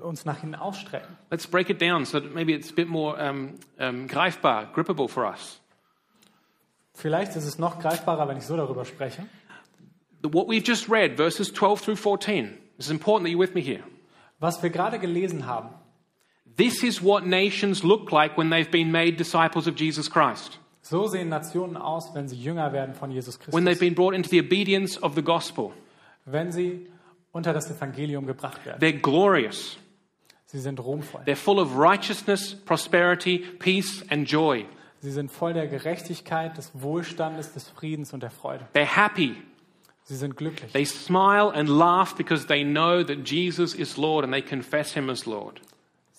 Speaker 2: uns nach ihnen ausstrecken.
Speaker 3: Let's break it down so that maybe it's a bit more um, um, greifbar, grippable for us.
Speaker 2: Vielleicht ist es noch greifbarer, wenn ich so darüber spreche.
Speaker 3: The- What we've just read, verses 12 through 14. This is important that you're with me here.
Speaker 2: Was wir gerade gelesen haben,
Speaker 3: This is what nations look like when they've been made disciples of Jesus Christ,
Speaker 2: so sehen Nationen aus, wenn sie jünger werden von Jesus
Speaker 3: when they've
Speaker 2: Christus,
Speaker 3: been brought into the obedience of the gospel.
Speaker 2: wenn sie unter das Evangelium gebracht werden.
Speaker 3: They're glorious.
Speaker 2: Sie sind ruhmvoll.
Speaker 3: They're full of righteousness, prosperity, peace, and joy.
Speaker 2: Sie sind voll der Gerechtigkeit, des Wohlstandes, des Friedens und der Freude.
Speaker 3: They're happy.
Speaker 2: Sie sind glücklich.
Speaker 3: They smile and laugh because they know that Jesus is Lord and they confess him as Lord.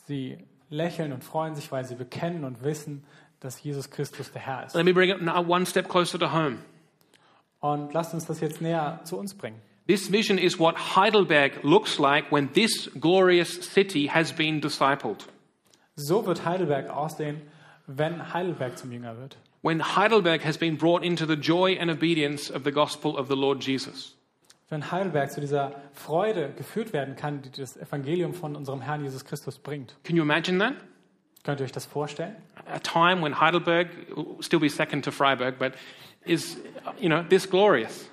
Speaker 2: Sie lächeln und freuen sich, weil sie bekennen und wissen, dass Jesus Christus der Herr ist.
Speaker 3: Let me bring it now one step closer to home.
Speaker 2: Und lasst uns das jetzt näher zu uns bringen.
Speaker 3: This vision is what Heidelberg looks like when this glorious city has been discipled.
Speaker 2: So wird Heidelberg aussehen, wenn Heidelberg zum Jünger wird.
Speaker 3: When Heidelberg has been brought into the joy and obedience of the gospel of the Lord Jesus.
Speaker 2: Wenn Heidelberg zu dieser Freude geführt werden kann, die das Evangelium von unserem Herrn Jesus Christus bringt.
Speaker 3: Can you imagine that?
Speaker 2: Könnt ihr euch das vorstellen?
Speaker 3: A time when Heidelberg, will still be second to Freiburg, but is, you know, this glorious.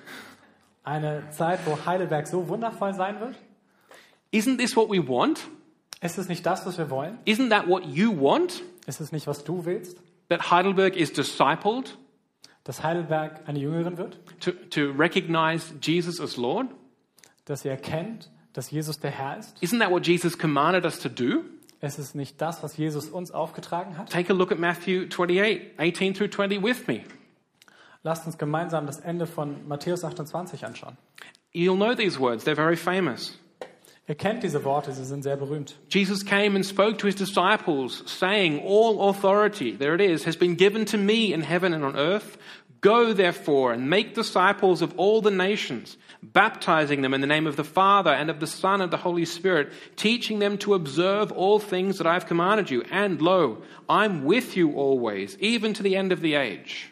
Speaker 2: Eine Zeit, wo Heidelberg so wundervoll sein wird?
Speaker 3: Isn't this what we want?
Speaker 2: Ist es nicht das, was wir wollen?
Speaker 3: Isn't that what you want?
Speaker 2: Ist es nicht, was du willst?
Speaker 3: That Heidelberg is discipled
Speaker 2: Dass Heidelberg eine Jüngerin wird?
Speaker 3: to, to recognize Jesus as Lord?
Speaker 2: Dass sie erkennt, dass Jesus der Herr ist?
Speaker 3: Isn't that what Jesus commanded us to do?
Speaker 2: Es ist nicht das, was Jesus uns aufgetragen hat?
Speaker 3: Take a look at Matthew 28, 18 through 20 with me.
Speaker 2: Lasst uns gemeinsam das Ende von Matthäus 28 anschauen.
Speaker 3: You'll know these words, they're very famous.
Speaker 2: Ihr kennt diese Worte, sie sind sehr berühmt.
Speaker 3: Jesus came and spoke to his disciples, saying, All authority, there it is, has been given to me in heaven and on earth. Go therefore and make disciples of all the nations, baptizing them in the name of the Father and of the Son and the Holy Spirit, teaching them to observe all things that I have commanded you. And lo, I'm with you always, even to the end of the age.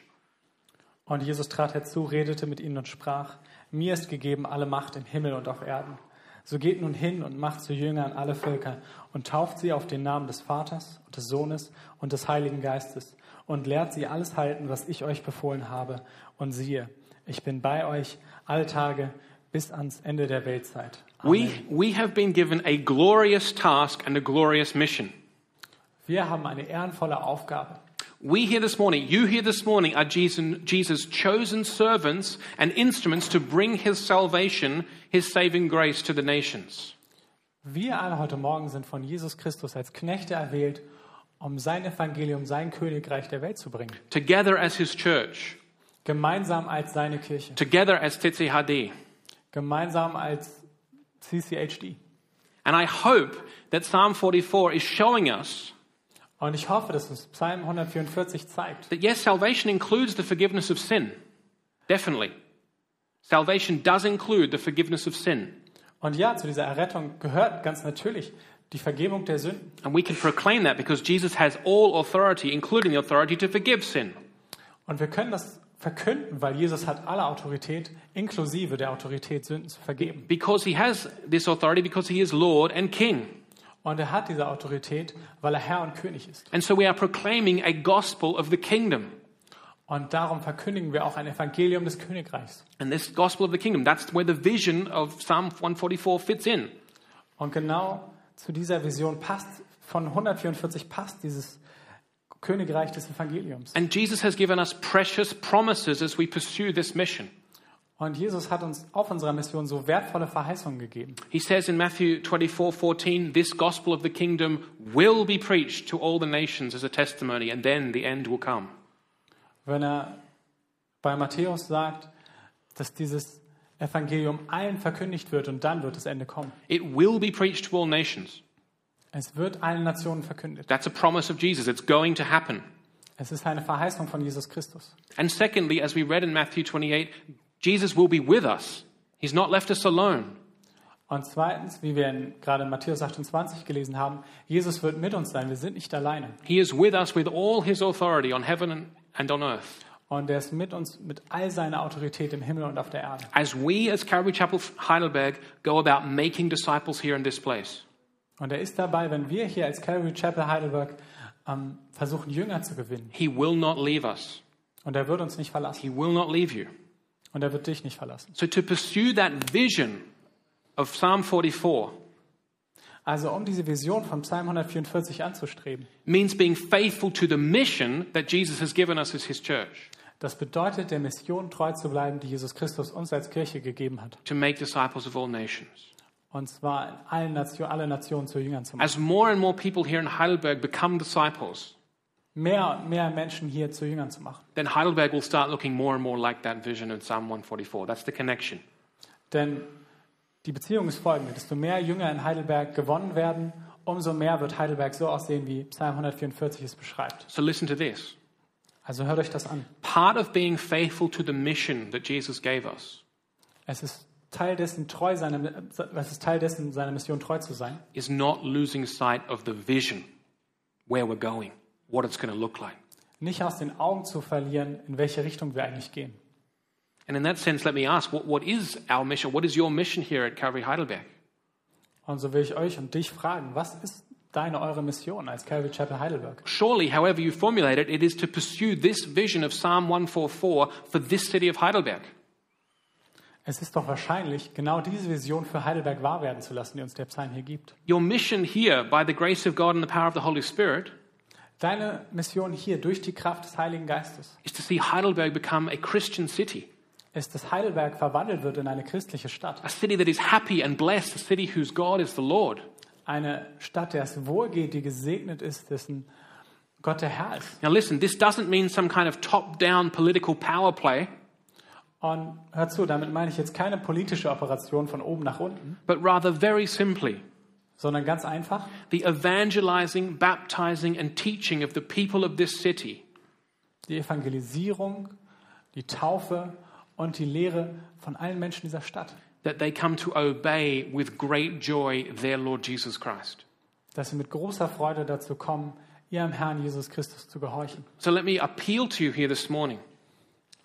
Speaker 2: Und Jesus trat herzu, redete mit ihnen und sprach, mir ist gegeben alle Macht im Himmel und auf Erden. So geht nun hin und macht zu Jüngern alle Völker und tauft sie auf den Namen des Vaters und des Sohnes und des Heiligen Geistes und lehrt sie alles halten, was ich euch befohlen habe. Und siehe, ich bin bei euch alle Tage bis ans Ende der Weltzeit. Amen.
Speaker 3: We, we have been given a glorious task and a glorious mission.
Speaker 2: Wir haben eine ehrenvolle Aufgabe.
Speaker 3: We here this morning, you here this morning, are Jesus, Jesus' chosen servants and instruments to bring his salvation, his saving grace to the nations.
Speaker 2: Wir alle heute Morgen sind von Jesus Christus als Knechte erwählt, um sein Evangelium, sein Königreich der Welt zu bringen.
Speaker 3: Together as his church,
Speaker 2: Gemeinsam als seine Kirche.
Speaker 3: together as Tetzi Hadi.
Speaker 2: Gemeinsam als CCHD.
Speaker 3: And I hope that Psalm 44 is showing us
Speaker 2: Und ich hoffe, dass uns Psalm 144 zeigt,
Speaker 3: that yes, salvation includes the forgiveness of sin. Definitely. Salvation does include the forgiveness of sin.
Speaker 2: und ja, zu dieser Errettung gehört ganz natürlich die Vergebung der Sünden.
Speaker 3: And we can proclaim that because Jesus has all authority, including the authority to forgive sin.
Speaker 2: Und wir können das verkünden, weil Jesus hat alle Autorität, inklusive der Autorität, Sünden zu vergeben.
Speaker 3: Because he has this authority, because he is Lord and King.
Speaker 2: Und er hat diese Autorität, weil er Herr und König ist.
Speaker 3: And so we are proclaiming a gospel of the kingdom.
Speaker 2: Und darum verkündigen wir auch ein Evangelium des Königreichs.
Speaker 3: And this gospel of the kingdom, that's where the vision of Psalm 144 fits in.
Speaker 2: Und genau zu dieser Vision passt, von 144 passt dieses Königreich des Evangeliums.
Speaker 3: And Jesus has given us precious promises as we pursue this mission.
Speaker 2: Und Jesus hat uns auf unserer Mission so wertvolle Verheißungen gegeben.
Speaker 3: He says in Matthew 24:14, "This gospel of the kingdom will be preached to all the nations as a testimony, and then the end will come."
Speaker 2: Wenn er bei Matthäus sagt, dass dieses Evangelium allen verkündigt wird und dann wird das Ende kommen.
Speaker 3: It will be preached to all nations.
Speaker 2: Es wird allen Nationen verkündet.
Speaker 3: That's a promise of Jesus. It's going to happen.
Speaker 2: Es ist eine Verheißung von Jesus Christus.
Speaker 3: And secondly, as we read in Matthew 28, Jesus will be with us. He's not left us alone.
Speaker 2: Und zweitens, wie wir in, gerade in Matthäus 28 gelesen haben, Jesus wird mit uns sein. Wir sind nicht alleine.
Speaker 3: He is with us with all his authority on heaven and, and on earth.
Speaker 2: Und er ist mit uns mit all seiner Autorität im Himmel und auf der Erde.
Speaker 3: As we, as Calvary Chapel Heidelberg, go about making disciples here in this place,
Speaker 2: Und er ist dabei, wenn wir hier als Calvary Chapel Heidelberg ähm, versuchen, Jünger zu gewinnen.
Speaker 3: he will not leave us.
Speaker 2: Und er wird uns nicht verlassen.
Speaker 3: He will not leave you.
Speaker 2: Und er wird dich nicht verlassen.
Speaker 3: So to pursue that vision of Psalm 44
Speaker 2: Also um diese Vision von Psalm 144 anzustreben,
Speaker 3: means being faithful to the mission that Jesus has given us as his church
Speaker 2: das bedeutet, der Mission treu zu bleiben, die Jesus Christus uns als Kirche gegeben hat.
Speaker 3: to make disciples of all nations.
Speaker 2: Und zwar in allen Nation, alle Nationen zu Jüngern zu machen.
Speaker 3: As more and more people here in Heidelberg become disciples,
Speaker 2: Mehr und mehr Menschen hier zu Jüngern zu machen.
Speaker 3: then Heidelberg will start looking more and more like that vision in Psalm 144. That's the connection.
Speaker 2: Denn die Beziehung ist folgende. Desto mehr Jünger in Heidelberg gewonnen werden, umso mehr wird Heidelberg so aussehen, wie Psalm 144 es beschreibt.
Speaker 3: So listen to this.
Speaker 2: Also hört euch das an.
Speaker 3: Part of being faithful to the mission that Jesus gave us
Speaker 2: Es ist Teil dessen, treu seine, es ist Teil dessen, seiner Mission treu zu sein.
Speaker 3: is not losing sight of the vision, where we're going, what it's going to look like.
Speaker 2: Nicht aus den Augen zu verlieren, in welche Richtung wir eigentlich gehen.
Speaker 3: And in that sense, let me ask what, what is our mission? What is your mission here at Calvary Heidelberg?
Speaker 2: Und so will ich euch und dich fragen, was ist deine, eure Mission als Calvary Chapel Heidelberg?
Speaker 3: Surely, however you formulate it, it is to pursue this vision of Psalm 144 for this city of Heidelberg.
Speaker 2: Es ist doch wahrscheinlich, genau diese Vision für Heidelberg wahr werden zu lassen, die uns der Psalm hier gibt.
Speaker 3: Your mission here, by the grace of God and the power of the Holy Spirit,
Speaker 2: Deine Mission hier durch die Kraft des Heiligen Geistes
Speaker 3: is to see Heidelberg become a Christian city,
Speaker 2: ist, dass Heidelberg verwandelt wird in eine christliche Stadt.
Speaker 3: a city that is happy and blessed, a city whose God is the Lord.
Speaker 2: Eine Stadt, der es wohlgeht, die gesegnet ist, dessen Gott der Herr ist.
Speaker 3: Now, listen, this doesn't mean some kind of top down political power play,
Speaker 2: Und hör zu, damit meine ich jetzt keine politische Operation von oben nach unten,
Speaker 3: but rather very simply
Speaker 2: sondern ganz einfach
Speaker 3: the evangelizing, baptizing, and teaching of the people of this city
Speaker 2: die Evangelisierung, die Taufe und die Lehre von allen Menschen dieser Stadt,
Speaker 3: that they come to obey with great joy their Lord Jesus Christ.
Speaker 2: dass sie mit großer Freude dazu kommen, ihrem Herrn Jesus Christus zu gehorchen.
Speaker 3: So let me appeal to you here this morning.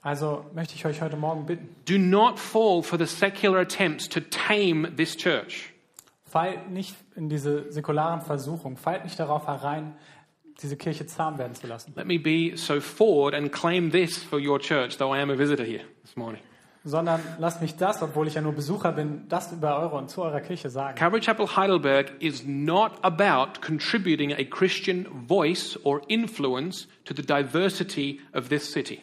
Speaker 2: Also möchte ich euch heute Morgen bitten,
Speaker 3: Do not fall for the secular attempts to tame this church.
Speaker 2: fallt nicht in diese säkularen Versuchung, fallt nicht darauf herein, diese Kirche zahm werden zu lassen,
Speaker 3: Let me be so forward and claim this for your church, though I am a visitor here this morning.
Speaker 2: sondern lasst mich das, obwohl ich ja nur Besucher bin, das über eure und zu eurer Kirche sagen.
Speaker 3: Calvary Chapel Heidelberg is not about contributing a Christian voice or influence to the diversity of this city.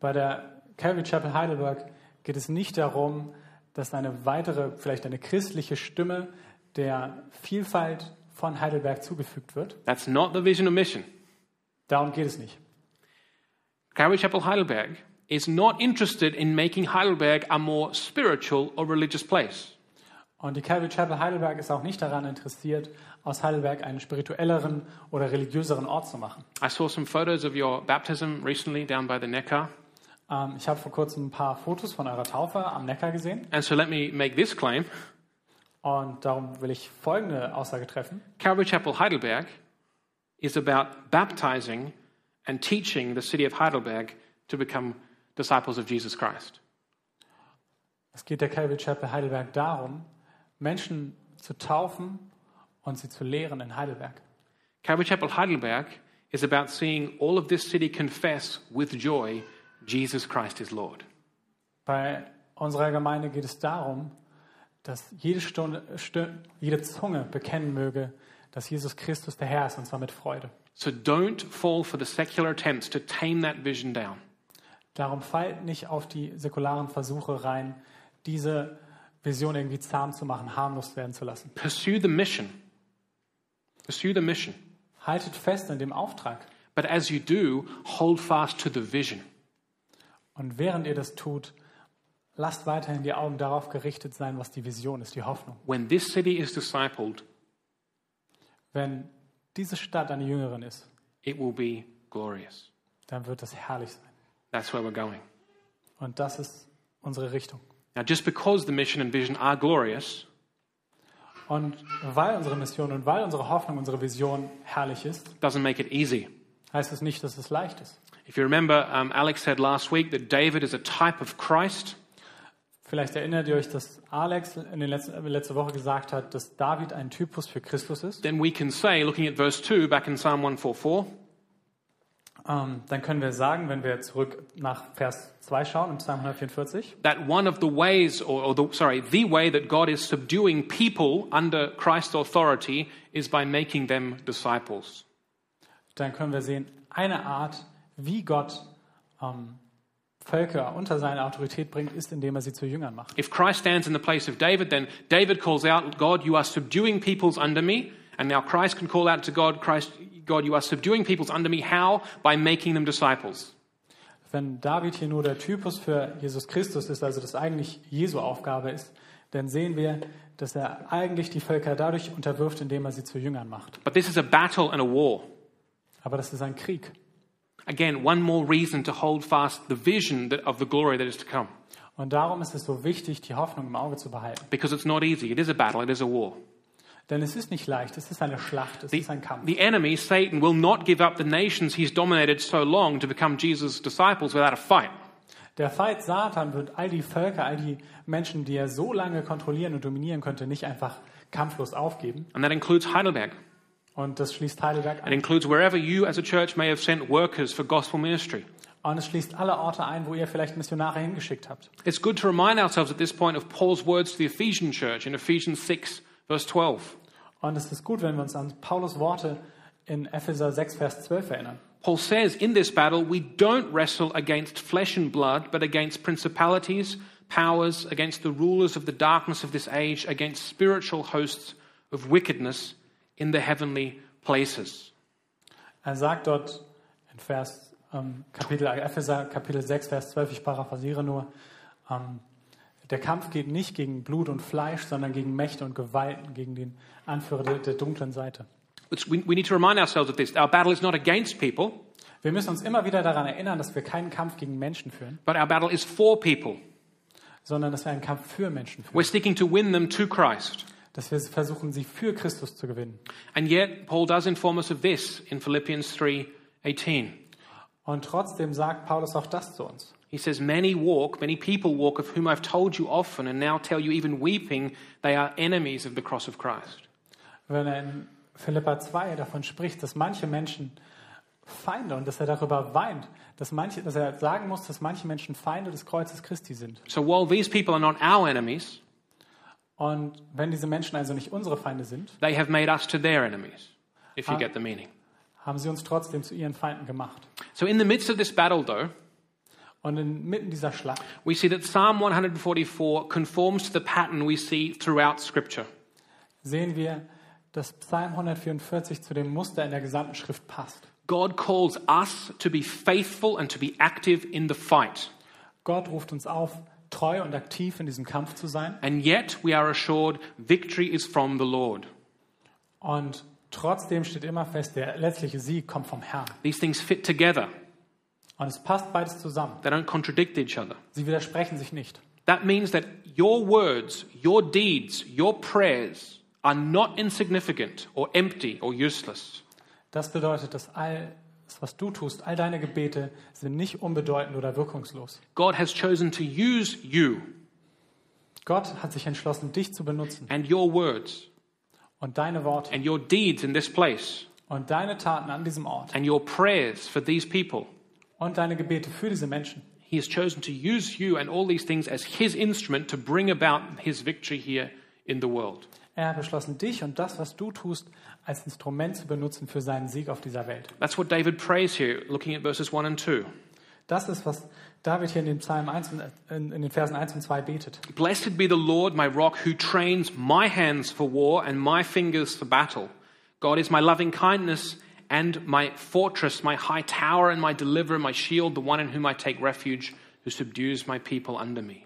Speaker 2: Bei der Calvary Chapel Heidelberg geht es nicht darum, dass eine weitere, vielleicht eine christliche Stimme der Vielfalt von Heidelberg zugefügt wird.
Speaker 3: That's not the vision or mission.
Speaker 2: Darum geht es nicht.
Speaker 3: Calvary Chapel Heidelberg is not interested in making Heidelberg a more spiritual or religious place.
Speaker 2: Und die Calvary Chapel Heidelberg ist auch nicht daran interessiert, aus Heidelberg einen spirituelleren oder religiöseren Ort zu machen.
Speaker 3: I saw some photos of your baptism recently down by the Neckar.
Speaker 2: Ähm, ich habe vor kurzem ein paar Fotos von eurer Taufe am Neckar gesehen
Speaker 3: And so let me make this claim
Speaker 2: und darum will ich folgende Aussage treffen.
Speaker 3: Calvary Chapel Heidelberg is about baptizing and teaching the city of Heidelberg to become disciples of Jesus Christ.
Speaker 2: Es geht der Calvary Chapel Heidelberg darum, Menschen zu taufen und sie zu lehren in Heidelberg.
Speaker 3: Calvary Chapel Heidelberg is about seeing all of this city confess with joy Jesus Christ is Lord.
Speaker 2: Bei unserer Gemeinde geht es darum, dass jede, Stunde, Stu- jede Zunge bekennen möge, dass Jesus Christus der Herr ist, und zwar mit Freude.
Speaker 3: So don't fall for the secular attempts to tame that vision down.
Speaker 2: Darum fallt nicht auf die säkularen Versuche rein, diese Vision irgendwie zahm zu machen, harmlos werden zu lassen.
Speaker 3: Pursue the mission. Pursue the mission.
Speaker 2: Haltet fest an dem Auftrag.
Speaker 3: But as you do, hold fast to the vision.
Speaker 2: Und während ihr das tut, lasst weiterhin die Augen darauf gerichtet sein, was die Vision ist, die Hoffnung.
Speaker 3: When this city is discipled,
Speaker 2: Wenn diese Stadt eine Jüngerin ist,
Speaker 3: it will be glorious.
Speaker 2: dann wird das herrlich sein.
Speaker 3: That's where we're going.
Speaker 2: Und das ist unsere Richtung.
Speaker 3: Now, just because the mission and vision are glorious,
Speaker 2: Und weil unsere Mission und weil unsere Hoffnung, unsere Vision herrlich ist,
Speaker 3: doesn't make it easy.
Speaker 2: heißt es nicht, dass es leicht ist.
Speaker 3: If you remember, um, Alex said last week that David is a type of Christ.
Speaker 2: Vielleicht erinnert ihr euch, dass Alex in den letzten, letzte Woche gesagt hat, dass David ein Typus für Christus ist.
Speaker 3: Then we can say, looking at verse 2 back in Psalm 144,
Speaker 2: Ähm, dann können wir sagen, wenn wir zurück nach Vers 2 schauen, im Psalm 144,
Speaker 3: that one of the ways, or, or the, sorry, the way that God is subduing people under Christ's authority is by making them disciples.
Speaker 2: dann können wir sehen, eine Art, wie Gott ähm, Völker unter seine Autorität bringt, ist, indem er sie zu Jüngern macht.
Speaker 3: If Christ stands in the place of David, then David calls out, God, you are subduing peoples under me. And now Christ can call out to God, Christ, God, you are subduing peoples under me. How? By making them disciples.
Speaker 2: Wenn David hier nur der Typus für Jesus Christus ist, also das eigentlich Jesu Aufgabe ist, dann sehen wir, dass er eigentlich die Völker dadurch unterwirft, indem er sie zu Jüngern macht.
Speaker 3: But this is a battle and a war.
Speaker 2: Aber das ist ein Krieg.
Speaker 3: Again, one more reason to hold fast the vision that, of the glory that is to come.
Speaker 2: Und darum ist es so wichtig, die Hoffnung im Auge zu behalten.
Speaker 3: Because it's not easy. It is a battle, it is a war.
Speaker 2: Denn es ist nicht leicht, es ist eine Schlacht, es ist ein Kampf.
Speaker 3: The enemy, Satan, will not give up the nations he's dominated so long to become Jesus' disciples without a fight.
Speaker 2: Der Feind Satan wird all die Völker, all die Menschen, die er so lange kontrollieren und dominieren könnte, nicht einfach kampflos aufgeben.
Speaker 3: And that includes Heidelberg.
Speaker 2: Und das schließt Heidelberg
Speaker 3: It
Speaker 2: ein.
Speaker 3: includes wherever you as a church may have sent workers for gospel ministry.
Speaker 2: Und es schließt alle Orte ein, wo ihr vielleicht Missionare hingeschickt habt.
Speaker 3: It's good to remind ourselves at this point of Paul's words to the Ephesian church in Ephesians 6, verse 12.
Speaker 2: Und es ist gut, wenn wir uns an Paulus Worte in Epheser 6, Vers 12 erinnern.
Speaker 3: Paul says, In this battle, we don't wrestle against flesh and blood, but against principalities, powers, against the rulers of the darkness of this age, against spiritual hosts of wickedness in the heavenly places.
Speaker 2: Er sagt dort in Vers, ähm, Kapitel, Epheser Kapitel 6, Vers 12, ich paraphrasiere nur, ähm, der Kampf geht nicht gegen Blut und Fleisch, sondern gegen Mächte und Gewalten, gegen den Anführer der, der dunklen Seite.
Speaker 3: It's, we, we need to remind ourselves of this. Our battle is not against people,
Speaker 2: Wir müssen uns immer wieder daran erinnern, dass wir keinen Kampf gegen Menschen führen,
Speaker 3: but our battle is for people.
Speaker 2: sondern dass wir einen Kampf für Menschen führen.
Speaker 3: We're seeking to win them to Christ.
Speaker 2: Dass wir versuchen, sie für Christus zu gewinnen.
Speaker 3: And yet, Paul does inform us of this in Philippians 3 18.
Speaker 2: Und trotzdem sagt Paulus auch das zu uns.
Speaker 3: He says, Many walk, many people walk, of whom I've told you often, and now tell you even weeping, they are enemies of the cross of Christ.
Speaker 2: wenn er in Philippa 2 davon spricht, dass manche Menschen Feinde und dass er darüber weint, dass, manche, dass er sagen muss, dass manche Menschen Feinde des Kreuzes Christi sind.
Speaker 3: So while these people are not our enemies,
Speaker 2: Und wenn diese Menschen also nicht unsere Feinde sind,
Speaker 3: they have made us to their enemies, if you get the meaning.
Speaker 2: haben sie uns trotzdem zu ihren Feinden gemacht.
Speaker 3: So in the midst of this battle, though,
Speaker 2: Und inmitten dieser Schlacht
Speaker 3: we see that Psalm 144 conforms to the pattern we see throughout Scripture.
Speaker 2: sehen wir, dass Psalm 144 zu dem Muster in der gesamten Schrift passt.
Speaker 3: God calls us to be faithful and to be active in the fight.
Speaker 2: Gott ruft uns auf, treu und aktiv in diesem Kampf zu sein.
Speaker 3: And yet we are assured victory is from the Lord.
Speaker 2: Und trotzdem steht immer fest, der letztliche Sieg kommt vom Herrn.
Speaker 3: These things fit together,
Speaker 2: Und es passt beides zusammen.
Speaker 3: they don't contradict each other.
Speaker 2: Sie widersprechen sich nicht.
Speaker 3: That means that your words, your deeds, your prayers are not insignificant or empty or useless.
Speaker 2: Das bedeutet, dass all das, was du tust, all deine Gebete sind nicht unbedeutend oder wirkungslos.
Speaker 3: God has chosen to use you
Speaker 2: Gott hat sich entschlossen, dich zu benutzen
Speaker 3: and your words
Speaker 2: und deine Worte
Speaker 3: and your deeds in this place
Speaker 2: und deine Taten an diesem Ort
Speaker 3: and your prayers for these people.
Speaker 2: und deine Gebete für diese Menschen.
Speaker 3: He has chosen to use you and all these things as his instrument to bring about his victory here in the world.
Speaker 2: Er hat beschlossen, dich und das, was du tust, als Instrument zu benutzen für seinen Sieg auf dieser Welt.
Speaker 3: That's what David prays here, looking at verses 1 and 2.
Speaker 2: Das ist, was David hier in den Psalm 1 und, äh, in, in den Versen 1 und 2 betet.
Speaker 3: Blessed be the Lord, my rock, who trains my hands for war and my fingers for battle. God is my loving kindness and my fortress, my high tower and my deliverer, my shield, the one in whom I take refuge, who subdues my people under me.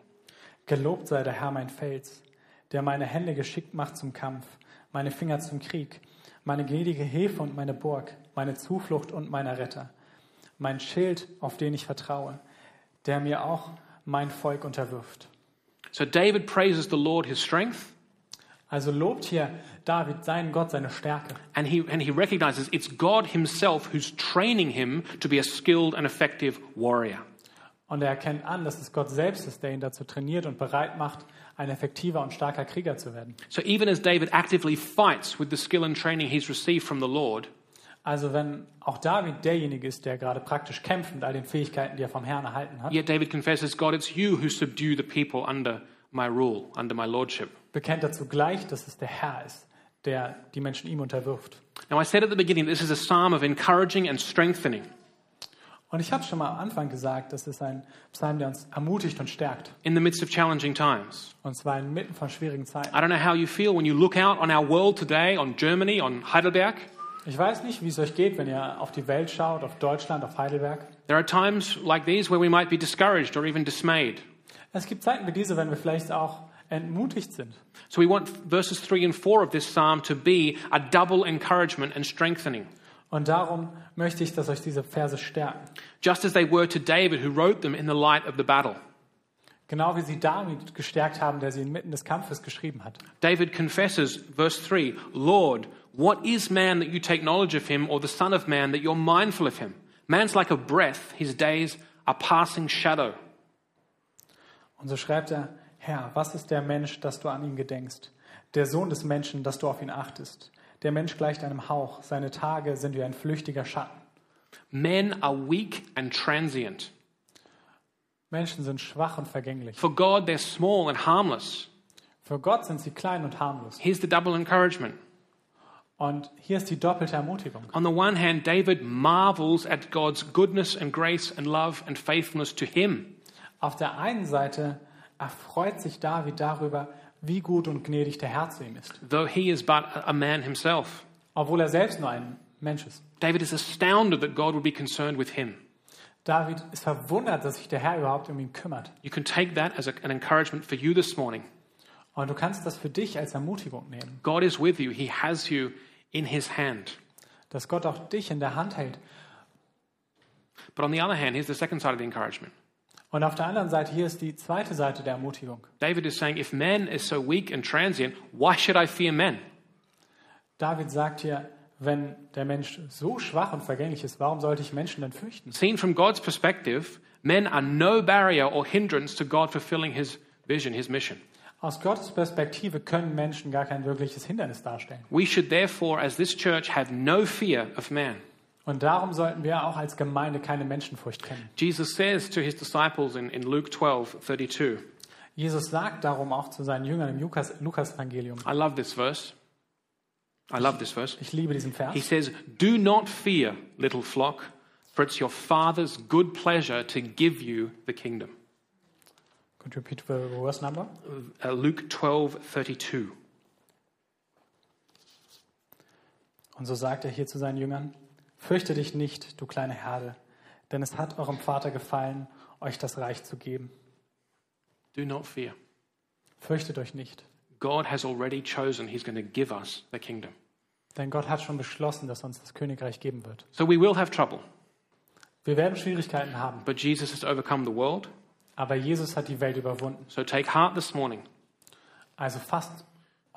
Speaker 2: Gelobt sei der Herr mein Fels, der meine Hände geschickt macht zum Kampf, meine Finger zum Krieg, meine gnädige Hilfe und meine Burg, meine Zuflucht und mein Retter, mein Schild, auf den ich vertraue, der mir auch mein Volk unterwirft.
Speaker 3: So David praises the Lord, his strength,
Speaker 2: Also lobt hier David seinen Gott, seine Stärke.
Speaker 3: and he, and he recognizes it's God himself who's training him to be a skilled and effective warrior.
Speaker 2: Und er erkennt an, dass es Gott selbst ist, der ihn dazu trainiert und bereit macht, ein effektiver und starker Krieger zu werden.
Speaker 3: So even as David actively fights with the skill and training he's received from the Lord,
Speaker 2: Also wenn auch David derjenige ist, der gerade praktisch kämpft mit all den Fähigkeiten, die er vom Herrn erhalten hat,
Speaker 3: yet David confesses, God, it's you who subdue the people under my rule, under my lordship.
Speaker 2: bekennt er zugleich, dass es der Herr ist, der die Menschen ihm unterwirft.
Speaker 3: Now, I said at the beginning, this is a psalm of encouraging and strengthening.
Speaker 2: Und ich habe schon mal am Anfang gesagt, das ist ein Psalm, der uns ermutigt und stärkt.
Speaker 3: in the midst of challenging times.
Speaker 2: Und zwar inmitten von schwierigen Zeiten.
Speaker 3: I don't know how you feel when you look out on our world today, on Germany, on Heidelberg.
Speaker 2: Ich weiß nicht, wie es euch geht, wenn ihr auf die Welt schaut, auf Deutschland, auf Heidelberg.
Speaker 3: There are times like these where we might be discouraged or even dismayed.
Speaker 2: Es gibt Zeiten wie diese, wenn wir vielleicht auch entmutigt sind.
Speaker 3: So we want verses 3 and 4 of this psalm to be a double encouragement and strengthening,
Speaker 2: Und darum möchte ich, dass euch diese Verse stärken.
Speaker 3: just as they were to David, who wrote them in the light of the battle.
Speaker 2: Genau wie sie David gestärkt haben, der sie inmitten des Kampfes geschrieben hat.
Speaker 3: David confesses, verse 3, Lord, what is man that you take knowledge of him, or the Son of Man that you're mindful of him? Man's like a breath, his days are passing shadow.
Speaker 2: Und so schreibt er, Herr, was ist der Mensch, dass du an ihn gedenkst? Der Sohn des Menschen, dass du auf ihn achtest. Der Mensch gleicht einem Hauch, seine Tage sind wie ein flüchtiger Schatten.
Speaker 3: Men are weak and transient.
Speaker 2: Menschen sind schwach und vergänglich.
Speaker 3: For God, they're small and harmless.
Speaker 2: Für Gott sind sie klein und harmlos.
Speaker 3: Here's the double encouragement.
Speaker 2: Und hier ist die doppelte Ermutigung.
Speaker 3: On the one hand, David marvels at God's goodness and grace and love and faithfulness to him.
Speaker 2: Auf der einen Seite erfreut sich David darüber, wie gut und gnädig der Herr zu ihm ist,
Speaker 3: Though he is but a- a man himself,
Speaker 2: obwohl er selbst nur ein Mensch ist.
Speaker 3: David is astounded that God would be concerned with him.
Speaker 2: David ist verwundert, dass sich der Herr überhaupt um ihn kümmert.
Speaker 3: You can take that as a, an encouragement for you this morning.
Speaker 2: Und du kannst das für dich als Ermutigung nehmen,
Speaker 3: God is with you, He has you in His hand.
Speaker 2: dass Gott auch dich in der Hand hält.
Speaker 3: But on the other hand, here's the second side of the encouragement.
Speaker 2: Und auf der anderen Seite, hier ist die zweite Seite der Ermutigung.
Speaker 3: David is saying, If man is so weak and transient, why should I fear men?
Speaker 2: David sagt hier, wenn der Mensch so schwach und vergänglich ist, warum sollte ich Menschen denn fürchten?
Speaker 3: Seen from God's perspective, men are no barrier or hindrance to God fulfilling his vision, his mission.
Speaker 2: Aus Gottes Perspektive können Menschen gar kein wirkliches Hindernis darstellen.
Speaker 3: We should therefore, as this church, have no fear of man.
Speaker 2: Und darum sollten wir auch als Gemeinde keine Menschenfurcht kennen.
Speaker 3: Jesus says to his disciples in, in Luke 12 32,
Speaker 2: Jesus sagt darum auch zu seinen Jüngern im Lukas- Lukas-Evangelium.
Speaker 3: I love this verse. I love this verse.
Speaker 2: ich liebe diesen Vers.
Speaker 3: He says, Do not fear, little flock, for it's your Father's good pleasure to give you the kingdom.
Speaker 2: Could you repeat the verse number?
Speaker 3: Uh, Luke 12 32.
Speaker 2: Und so sagt er hier zu seinen Jüngern, fürchte dich nicht, du kleine Herde, denn es hat eurem Vater gefallen, euch das Reich zu geben.
Speaker 3: Do not fear.
Speaker 2: Fürchtet euch nicht,
Speaker 3: God has already chosen, He's going to give us the kingdom.
Speaker 2: denn Gott hat schon beschlossen, dass er uns das Königreich geben wird.
Speaker 3: So we will have trouble,
Speaker 2: Wir werden Schwierigkeiten haben,
Speaker 3: but Jesus has overcome the world.
Speaker 2: aber Jesus hat die Welt überwunden.
Speaker 3: So take heart this morning
Speaker 2: Also fasst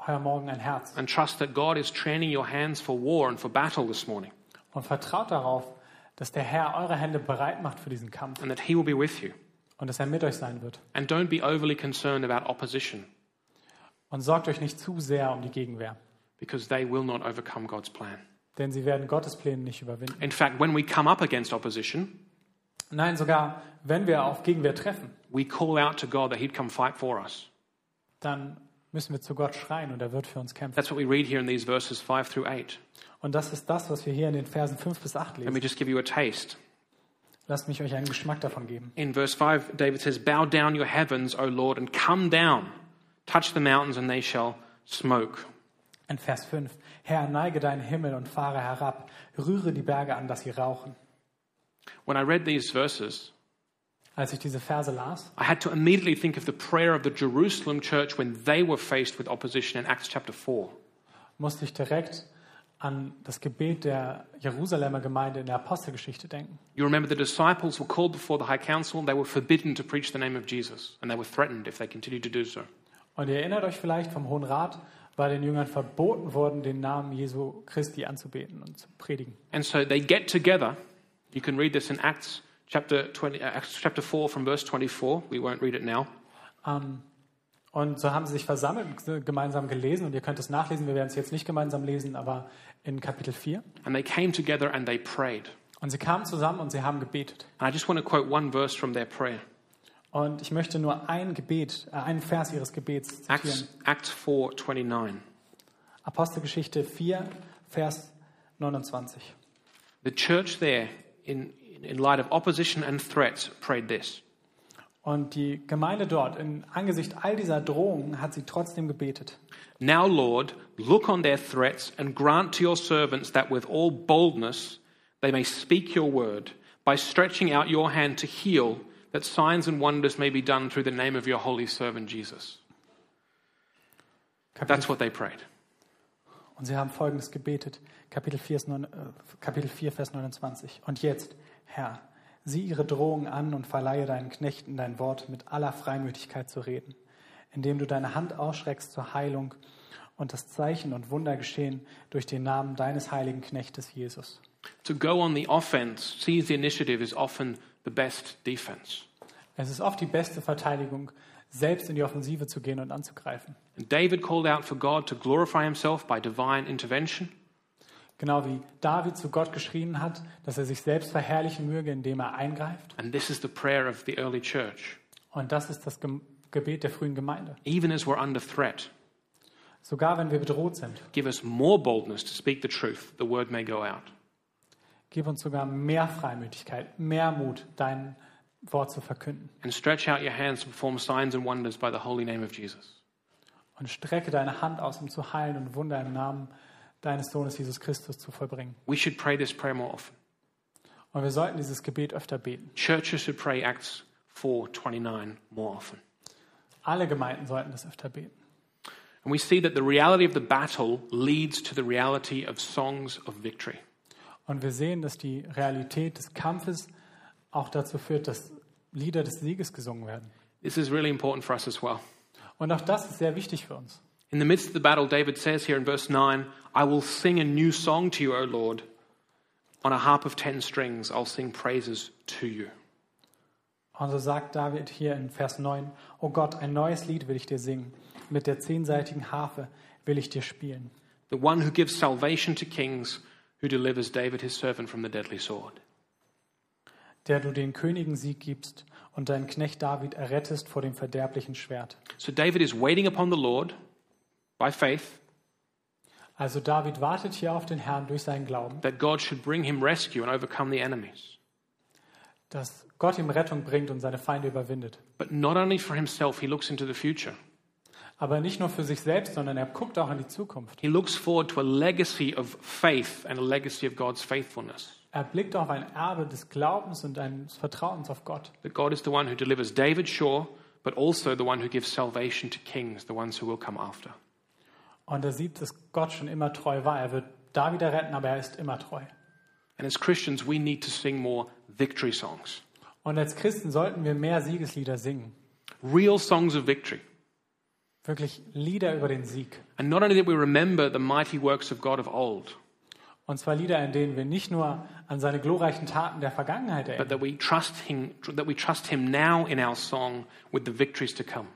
Speaker 2: heuer Morgen ein Herz
Speaker 3: and trust that God is training your hands for war and for battle this morning,
Speaker 2: und vertraut darauf, dass der Herr eure Hände bereit macht für diesen Kampf
Speaker 3: and that He will be with you.
Speaker 2: und dass er mit euch sein wird.
Speaker 3: And don't be overly concerned about opposition,
Speaker 2: Und sorgt euch nicht zu sehr um die Gegenwehr,
Speaker 3: because they will not overcome God's plan.
Speaker 2: denn sie werden Gottes Pläne nicht überwinden.
Speaker 3: In fact, when we come up against opposition,
Speaker 2: Nein, sogar wenn wir auf Gegenwehr treffen,
Speaker 3: we call out to God that He'd come fight for us.
Speaker 2: dann müssen wir zu Gott schreien und er wird für uns kämpfen.
Speaker 3: That's what we read here in these verses 5 through 8.
Speaker 2: Und das ist das, was wir hier in den Versen 5 bis 8
Speaker 3: Let me
Speaker 2: lesen.
Speaker 3: just give you a taste.
Speaker 2: Lasst mich euch einen Geschmack davon geben.
Speaker 3: In verse 5, David says, Bow down your heavens, O Lord, and come down. Touch the mountains, and they shall smoke.
Speaker 2: In Vers 5. Herr, neige deinen Himmel und fahre herab. Rühre die Berge an, dass sie rauchen.
Speaker 3: When I read these verses,
Speaker 2: Als ich diese Verse las,
Speaker 3: I had to immediately think of the prayer of the Jerusalem church when they were faced with opposition in Acts chapter 4.
Speaker 2: musste ich direkt an das Gebet der Jerusalemer Gemeinde in der Apostelgeschichte denken.
Speaker 3: You remember the disciples were called before the high council, and they were forbidden to preach the name of Jesus, and they were threatened if they continued to do so.
Speaker 2: Und ihr erinnert euch vielleicht vom Hohen Rat, weil den Jüngern verboten worden, den Namen Jesu Christi anzubeten und zu predigen.
Speaker 3: And so they get together. You can read this in Acts chapter, 20, uh, Acts chapter 4 from verse 24. We won't read it now.
Speaker 2: Ähm, und so haben sie sich versammelt, und gemeinsam gelesen und ihr könnt es nachlesen, wir werden es jetzt nicht gemeinsam lesen, aber in Kapitel 4.
Speaker 3: And they came together and they prayed.
Speaker 2: Und sie kamen zusammen und sie haben gebetet.
Speaker 3: And I just want to quote one verse from their prayer
Speaker 2: Und ich möchte nur ein Gebet, äh, einen Vers ihres Gebets
Speaker 3: Acts,
Speaker 2: zitieren.
Speaker 3: Acts 4 29.
Speaker 2: Apostelgeschichte 4, Vers 29.
Speaker 3: The church there, in, in light of opposition and threats, prayed this
Speaker 2: Und die Gemeinde dort, in, angesichts all dieser Drohungen, hat sie trotzdem gebetet.
Speaker 3: Now, Lord, look on their threats and grant to your servants that with all boldness they may speak your word by stretching out your hand to heal, that signs and wonders may be done through the name of your holy servant Jesus. That's what they prayed.
Speaker 2: Und sie haben folgendes gebetet. Kapitel 4, ist neun- äh, Kapitel 4 Vers 29. Und jetzt, Herr, sieh ihre Drohungen an und verleihe deinen Knechten dein Wort mit aller Freimütigkeit zu reden, indem du deine Hand ausschreckst zur Heilung und das Zeichen und Wunder geschehen durch den Namen deines heiligen Knechtes Jesus.
Speaker 3: To go on the offense, seize the initiative, is often the best defense.
Speaker 2: Es ist oft die beste Verteidigung, selbst in die Offensive zu gehen und anzugreifen.
Speaker 3: And David called out for God to glorify himself by divine intervention.
Speaker 2: Genau wie David zu Gott geschrien hat, dass er sich selbst verherrlichen möge, indem er eingreift.
Speaker 3: And this is the prayer of the early church,
Speaker 2: Und das ist das Gem- Gebet der frühen Gemeinde.
Speaker 3: even as we're under threat.
Speaker 2: Sogar wenn wir bedroht sind,
Speaker 3: Give us more boldness to speak the truth, the word may go out.
Speaker 2: gib uns sogar mehr Freimütigkeit, mehr Mut, dein Wort zu verkünden.
Speaker 3: And stretch out your hands to perform signs and wonders by the holy name of Jesus.
Speaker 2: Und strecke deine Hand aus, um zu heilen und Wunder im Namen deines Sohnes Jesus Christus zu vollbringen.
Speaker 3: We should pray this prayer more often.
Speaker 2: Und wir sollten dieses Gebet öfter beten.
Speaker 3: Churches should pray Acts 4:29 more often.
Speaker 2: Alle Gemeinden sollten das öfter beten.
Speaker 3: And we see that the reality of the battle leads to the reality of songs of victory.
Speaker 2: Und wir sehen, dass die Realität des Kampfes auch dazu führt, dass Lieder des Sieges gesungen werden.
Speaker 3: This is really important for us as well.
Speaker 2: Und auch das ist sehr wichtig für uns.
Speaker 3: In the midst of the battle, David says here in verse 9, I will sing a new song to you, O Lord. On a harp of ten strings, I'll sing praises to you.
Speaker 2: Und so sagt David hier in Vers 9, O Gott, ein neues Lied will ich dir singen, mit der zehnseitigen Harfe will ich dir spielen.
Speaker 3: The one who gives salvation to kings, who delivers David his servant from the deadly sword.
Speaker 2: der du den Königen Sieg gibst und deinen Knecht David errettest vor dem verderblichen Schwert.
Speaker 3: So David is waiting upon the Lord by faith
Speaker 2: Also David wartet hier auf den Herrn durch seinen Glauben,
Speaker 3: that God should bring him rescue and overcome the enemies.
Speaker 2: dass Gott ihm Rettung bringt und seine Feinde überwindet.
Speaker 3: But not only for himself, he looks into the future.
Speaker 2: Aber nicht nur für sich selbst, sondern er guckt auch in die Zukunft.
Speaker 3: He looks forward to a legacy of faith and a legacy of God's faithfulness.
Speaker 2: Er blickt auf ein Erbe des Glaubens und eines Vertrauens auf Gott,
Speaker 3: that God is the one who delivers David, sure, but also the one who gives salvation to kings, the ones who will come after.
Speaker 2: und er sieht, dass Gott schon immer treu war. Er wird David erretten, aber er ist immer treu.
Speaker 3: And as Christians, we need to sing more victory songs,
Speaker 2: Und als Christen sollten wir mehr Siegeslieder singen.
Speaker 3: real songs of victory.
Speaker 2: Wirklich Lieder über den Sieg.
Speaker 3: And not only that we remember the mighty works of God of old,
Speaker 2: Und zwar Lieder, in denen wir nicht nur an seine glorreichen Taten der Vergangenheit erinnern,
Speaker 3: but that we trust Him, that we trust Him now in our song with the victories to come.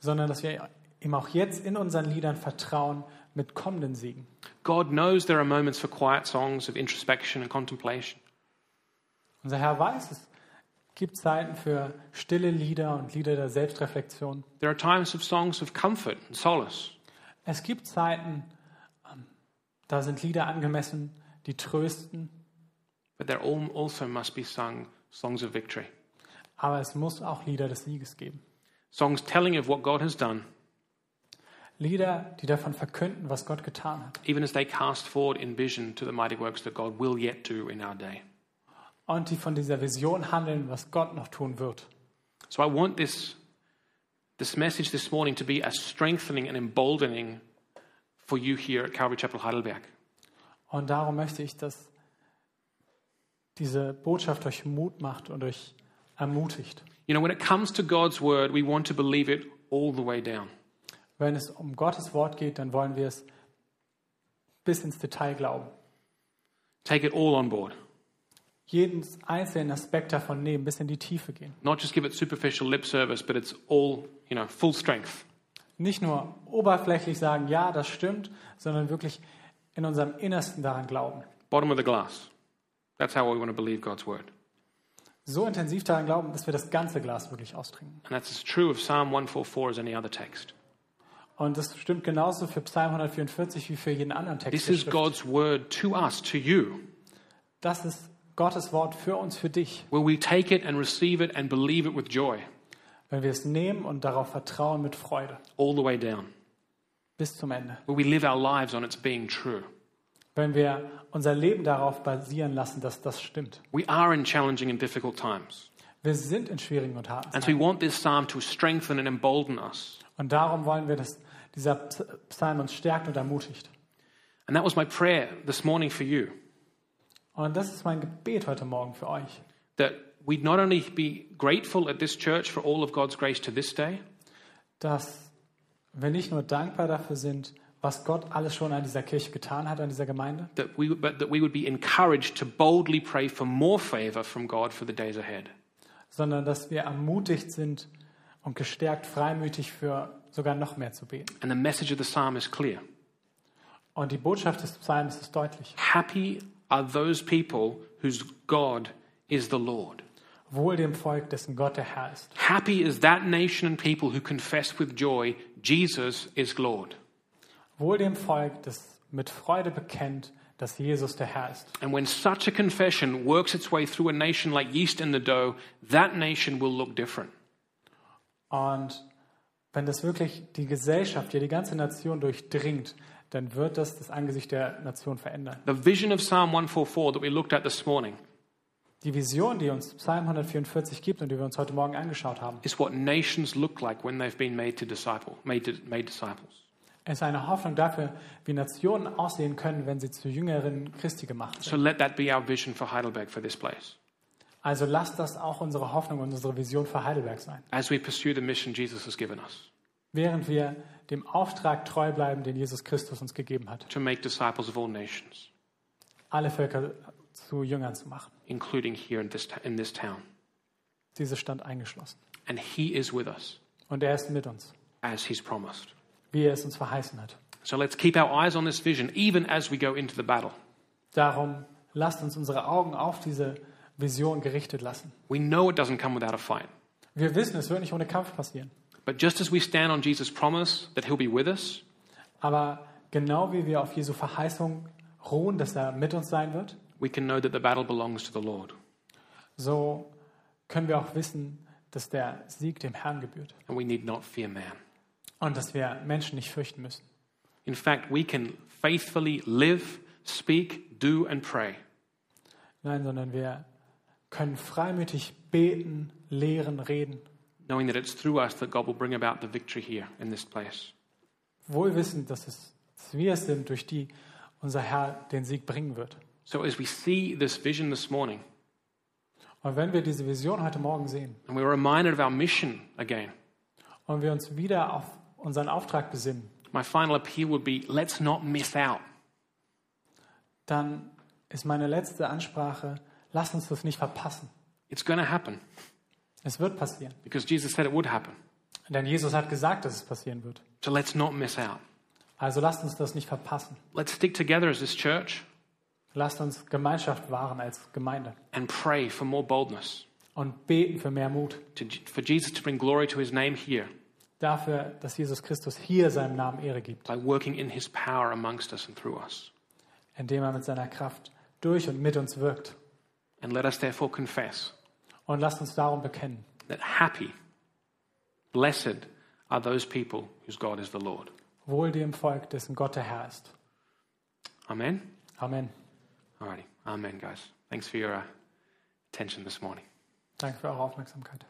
Speaker 2: sondern dass wir ihm auch jetzt in unseren Liedern vertrauen mit kommenden Siegen.
Speaker 3: God knows there are moments for quiet songs of introspection and contemplation.
Speaker 2: Unser Herr weiß, es gibt Zeiten für stille Lieder und Lieder der Selbstreflexion.
Speaker 3: There are times of songs of comfort and solace.
Speaker 2: Es gibt Zeiten, ähm, da sind Lieder angemessen, die trösten,
Speaker 3: But there al- also must be sung songs of victory,
Speaker 2: aber es muss auch Lieder des Sieges geben.
Speaker 3: songs telling of what God has done
Speaker 2: Lieder, die davon verkünden, was Gott getan hat.
Speaker 3: even as they cast forward in vision to the mighty works that God will yet do in our day.
Speaker 2: Und die von dieser Vision handeln, was Gott noch tun wird.
Speaker 3: So I want this, this message this morning to be a strengthening and emboldening for you here at Calvary Chapel Heidelberg.
Speaker 2: Und darum möchte ich, dass diese Botschaft euch Mut macht und euch ermutigt.
Speaker 3: You know, when it comes to God's word, we want to believe it all the way down.
Speaker 2: Wenn es um Gottes Wort geht, dann wollen wir es bis ins Detail glauben.
Speaker 3: Take it all on board,
Speaker 2: Jeden einzelnen Aspekt davon nehmen, bis in die Tiefe gehen.
Speaker 3: not just give it superficial lip service, but it's all, you know, full strength.
Speaker 2: Nicht nur oberflächlich sagen, ja, das stimmt, sondern wirklich in unserem Innersten daran glauben.
Speaker 3: bottom of the glass. That's how we want to believe God's word.
Speaker 2: So intensiv daran glauben, dass wir das ganze Glas wirklich austrinken.
Speaker 3: And that's as true of Psalm 144 as any other text.
Speaker 2: Und das stimmt genauso für Psalm 144 wie für jeden anderen Text.
Speaker 3: This
Speaker 2: der
Speaker 3: is
Speaker 2: Schrift.
Speaker 3: God's word to us, to you.
Speaker 2: Das ist Gottes Wort für uns, für dich.
Speaker 3: Will we take it and receive it and believe it with joy
Speaker 2: Wenn wir es nehmen und darauf vertrauen mit Freude
Speaker 3: all the way down?
Speaker 2: bis zum Ende.
Speaker 3: Will we live our lives on its being true?
Speaker 2: Wenn wir unser Leben darauf basieren lassen, dass das stimmt.
Speaker 3: We are in challenging and difficult times.
Speaker 2: Wir sind in schwierigen und harten
Speaker 3: And so we
Speaker 2: Zeiten.
Speaker 3: want this psalm to strengthen and embolden us.
Speaker 2: Und darum wollen wir, dass dieser Ps- Psalm uns stärkt und ermutigt.
Speaker 3: And that was my prayer this morning for you
Speaker 2: Und das ist mein Gebet heute Morgen für euch.
Speaker 3: that we'd not only be grateful at this church for all of God's grace to this day,
Speaker 2: dass wir nicht nur dankbar dafür sind, was Gott alles schon an dieser Kirche getan hat, an dieser Gemeinde,
Speaker 3: that we, but that we would be encouraged to boldly pray for more favor from God for the days ahead.
Speaker 2: sondern dass wir ermutigt sind und gestärkt, freimütig für sogar noch mehr zu beten.
Speaker 3: And the message of the psalm is clear.
Speaker 2: Und die Botschaft des Psalms ist deutlich.
Speaker 3: Happy are those people whose God is the Lord.
Speaker 2: Wohl dem Volk, dessen Gott der Herr ist.
Speaker 3: Happy is that nation and people who confess with joy, Jesus is Lord.
Speaker 2: Wohl dem Volk, das mit Freude bekennt, dass Jesus der Herr ist.
Speaker 3: And when such a confession works its way through a nation like yeast in the dough, that nation will look different.
Speaker 2: Und wenn das wirklich die Gesellschaft, ja die ganze Nation durchdringt, dann wird das das Angesicht der Nation verändern.
Speaker 3: The vision of Psalm 144 that we looked at this morning
Speaker 2: Die Vision, die uns Psalm 144 gibt und die wir uns heute Morgen angeschaut haben,
Speaker 3: is what nations look like when they've been made to disciple, made, to, made disciples.
Speaker 2: ist eine Hoffnung dafür, wie Nationen aussehen können, wenn sie zu Jüngerinnen Christi gemacht sind.
Speaker 3: So let that be our vision for Heidelberg for this place
Speaker 2: Also lasst das auch unsere Hoffnung und unsere Vision für Heidelberg sein,
Speaker 3: as we pursue the mission Jesus has given us
Speaker 2: während wir dem Auftrag treu bleiben, den Jesus Christus uns gegeben hat,
Speaker 3: to make disciples of all nations,
Speaker 2: alle Völker zu Jüngern zu machen.
Speaker 3: including here in this, in this town.
Speaker 2: Diese stand eingeschlossen.
Speaker 3: And He is with us
Speaker 2: Und er ist mit uns,
Speaker 3: as He's promised.
Speaker 2: wie er es uns verheißen hat.
Speaker 3: So let's keep our eyes on this vision even as we go into the battle.
Speaker 2: Darum lasst uns unsere Augen auf diese Vision gerichtet lassen.
Speaker 3: We know it doesn't come without a fight,
Speaker 2: Wir wissen, es wird nicht ohne Kampf passieren.
Speaker 3: but just as we stand on Jesus' promise that He'll be with us,
Speaker 2: Aber genau wie wir auf Jesu Verheißung ruhen, dass er mit uns sein wird,
Speaker 3: we can know that the battle belongs to the Lord.
Speaker 2: so können wir auch wissen, dass der Sieg dem Herrn gebührt
Speaker 3: And we need not fear man.
Speaker 2: und dass wir Menschen nicht fürchten müssen.
Speaker 3: In fact, we can faithfully live, speak, do, and pray
Speaker 2: Nein, sondern wir können freimütig beten, lehren, reden,
Speaker 3: knowing that it's through us that God will bring about the victory here in this place.
Speaker 2: wohl wissend, dass, es, dass wir es sind, durch die unser Herr den Sieg bringen wird.
Speaker 3: So, as we see this vision this morning,
Speaker 2: Und wenn wir diese Vision heute Morgen sehen
Speaker 3: and we're reminded of our mission again,
Speaker 2: und wir uns wieder auf unseren Auftrag besinnen,
Speaker 3: my final appeal would be let's not miss out.
Speaker 2: dann ist meine letzte Ansprache, lasst uns das nicht verpassen.
Speaker 3: It's going to happen
Speaker 2: Es wird passieren.
Speaker 3: because Jesus said it would happen.
Speaker 2: Denn Jesus hat gesagt, dass es passieren wird.
Speaker 3: So, let's not miss out.
Speaker 2: Also lasst uns das nicht verpassen.
Speaker 3: Let's stick together as this church
Speaker 2: Lasst uns Gemeinschaft wahren als Gemeinde
Speaker 3: and pray for more boldness,
Speaker 2: und beten für mehr Mut.
Speaker 3: to, for Jesus to bring glory to his name here
Speaker 2: Dafür, dass Jesus Christus hier seinem Namen Ehre gibt,
Speaker 3: by working in his power amongst us and through us.
Speaker 2: indem er mit seiner Kraft durch und mit uns wirkt.
Speaker 3: And let us therefore confess
Speaker 2: Und lasst uns darum bekennen,
Speaker 3: that happy, blessed are those people whose God is the Lord.
Speaker 2: wohl dem Volk, dessen Gott der Herr ist.
Speaker 3: Amen.
Speaker 2: Amen.
Speaker 3: Alrighty. Amen, guys. Thanks for your uh, attention this morning.
Speaker 2: Danke für eure Aufmerksamkeit.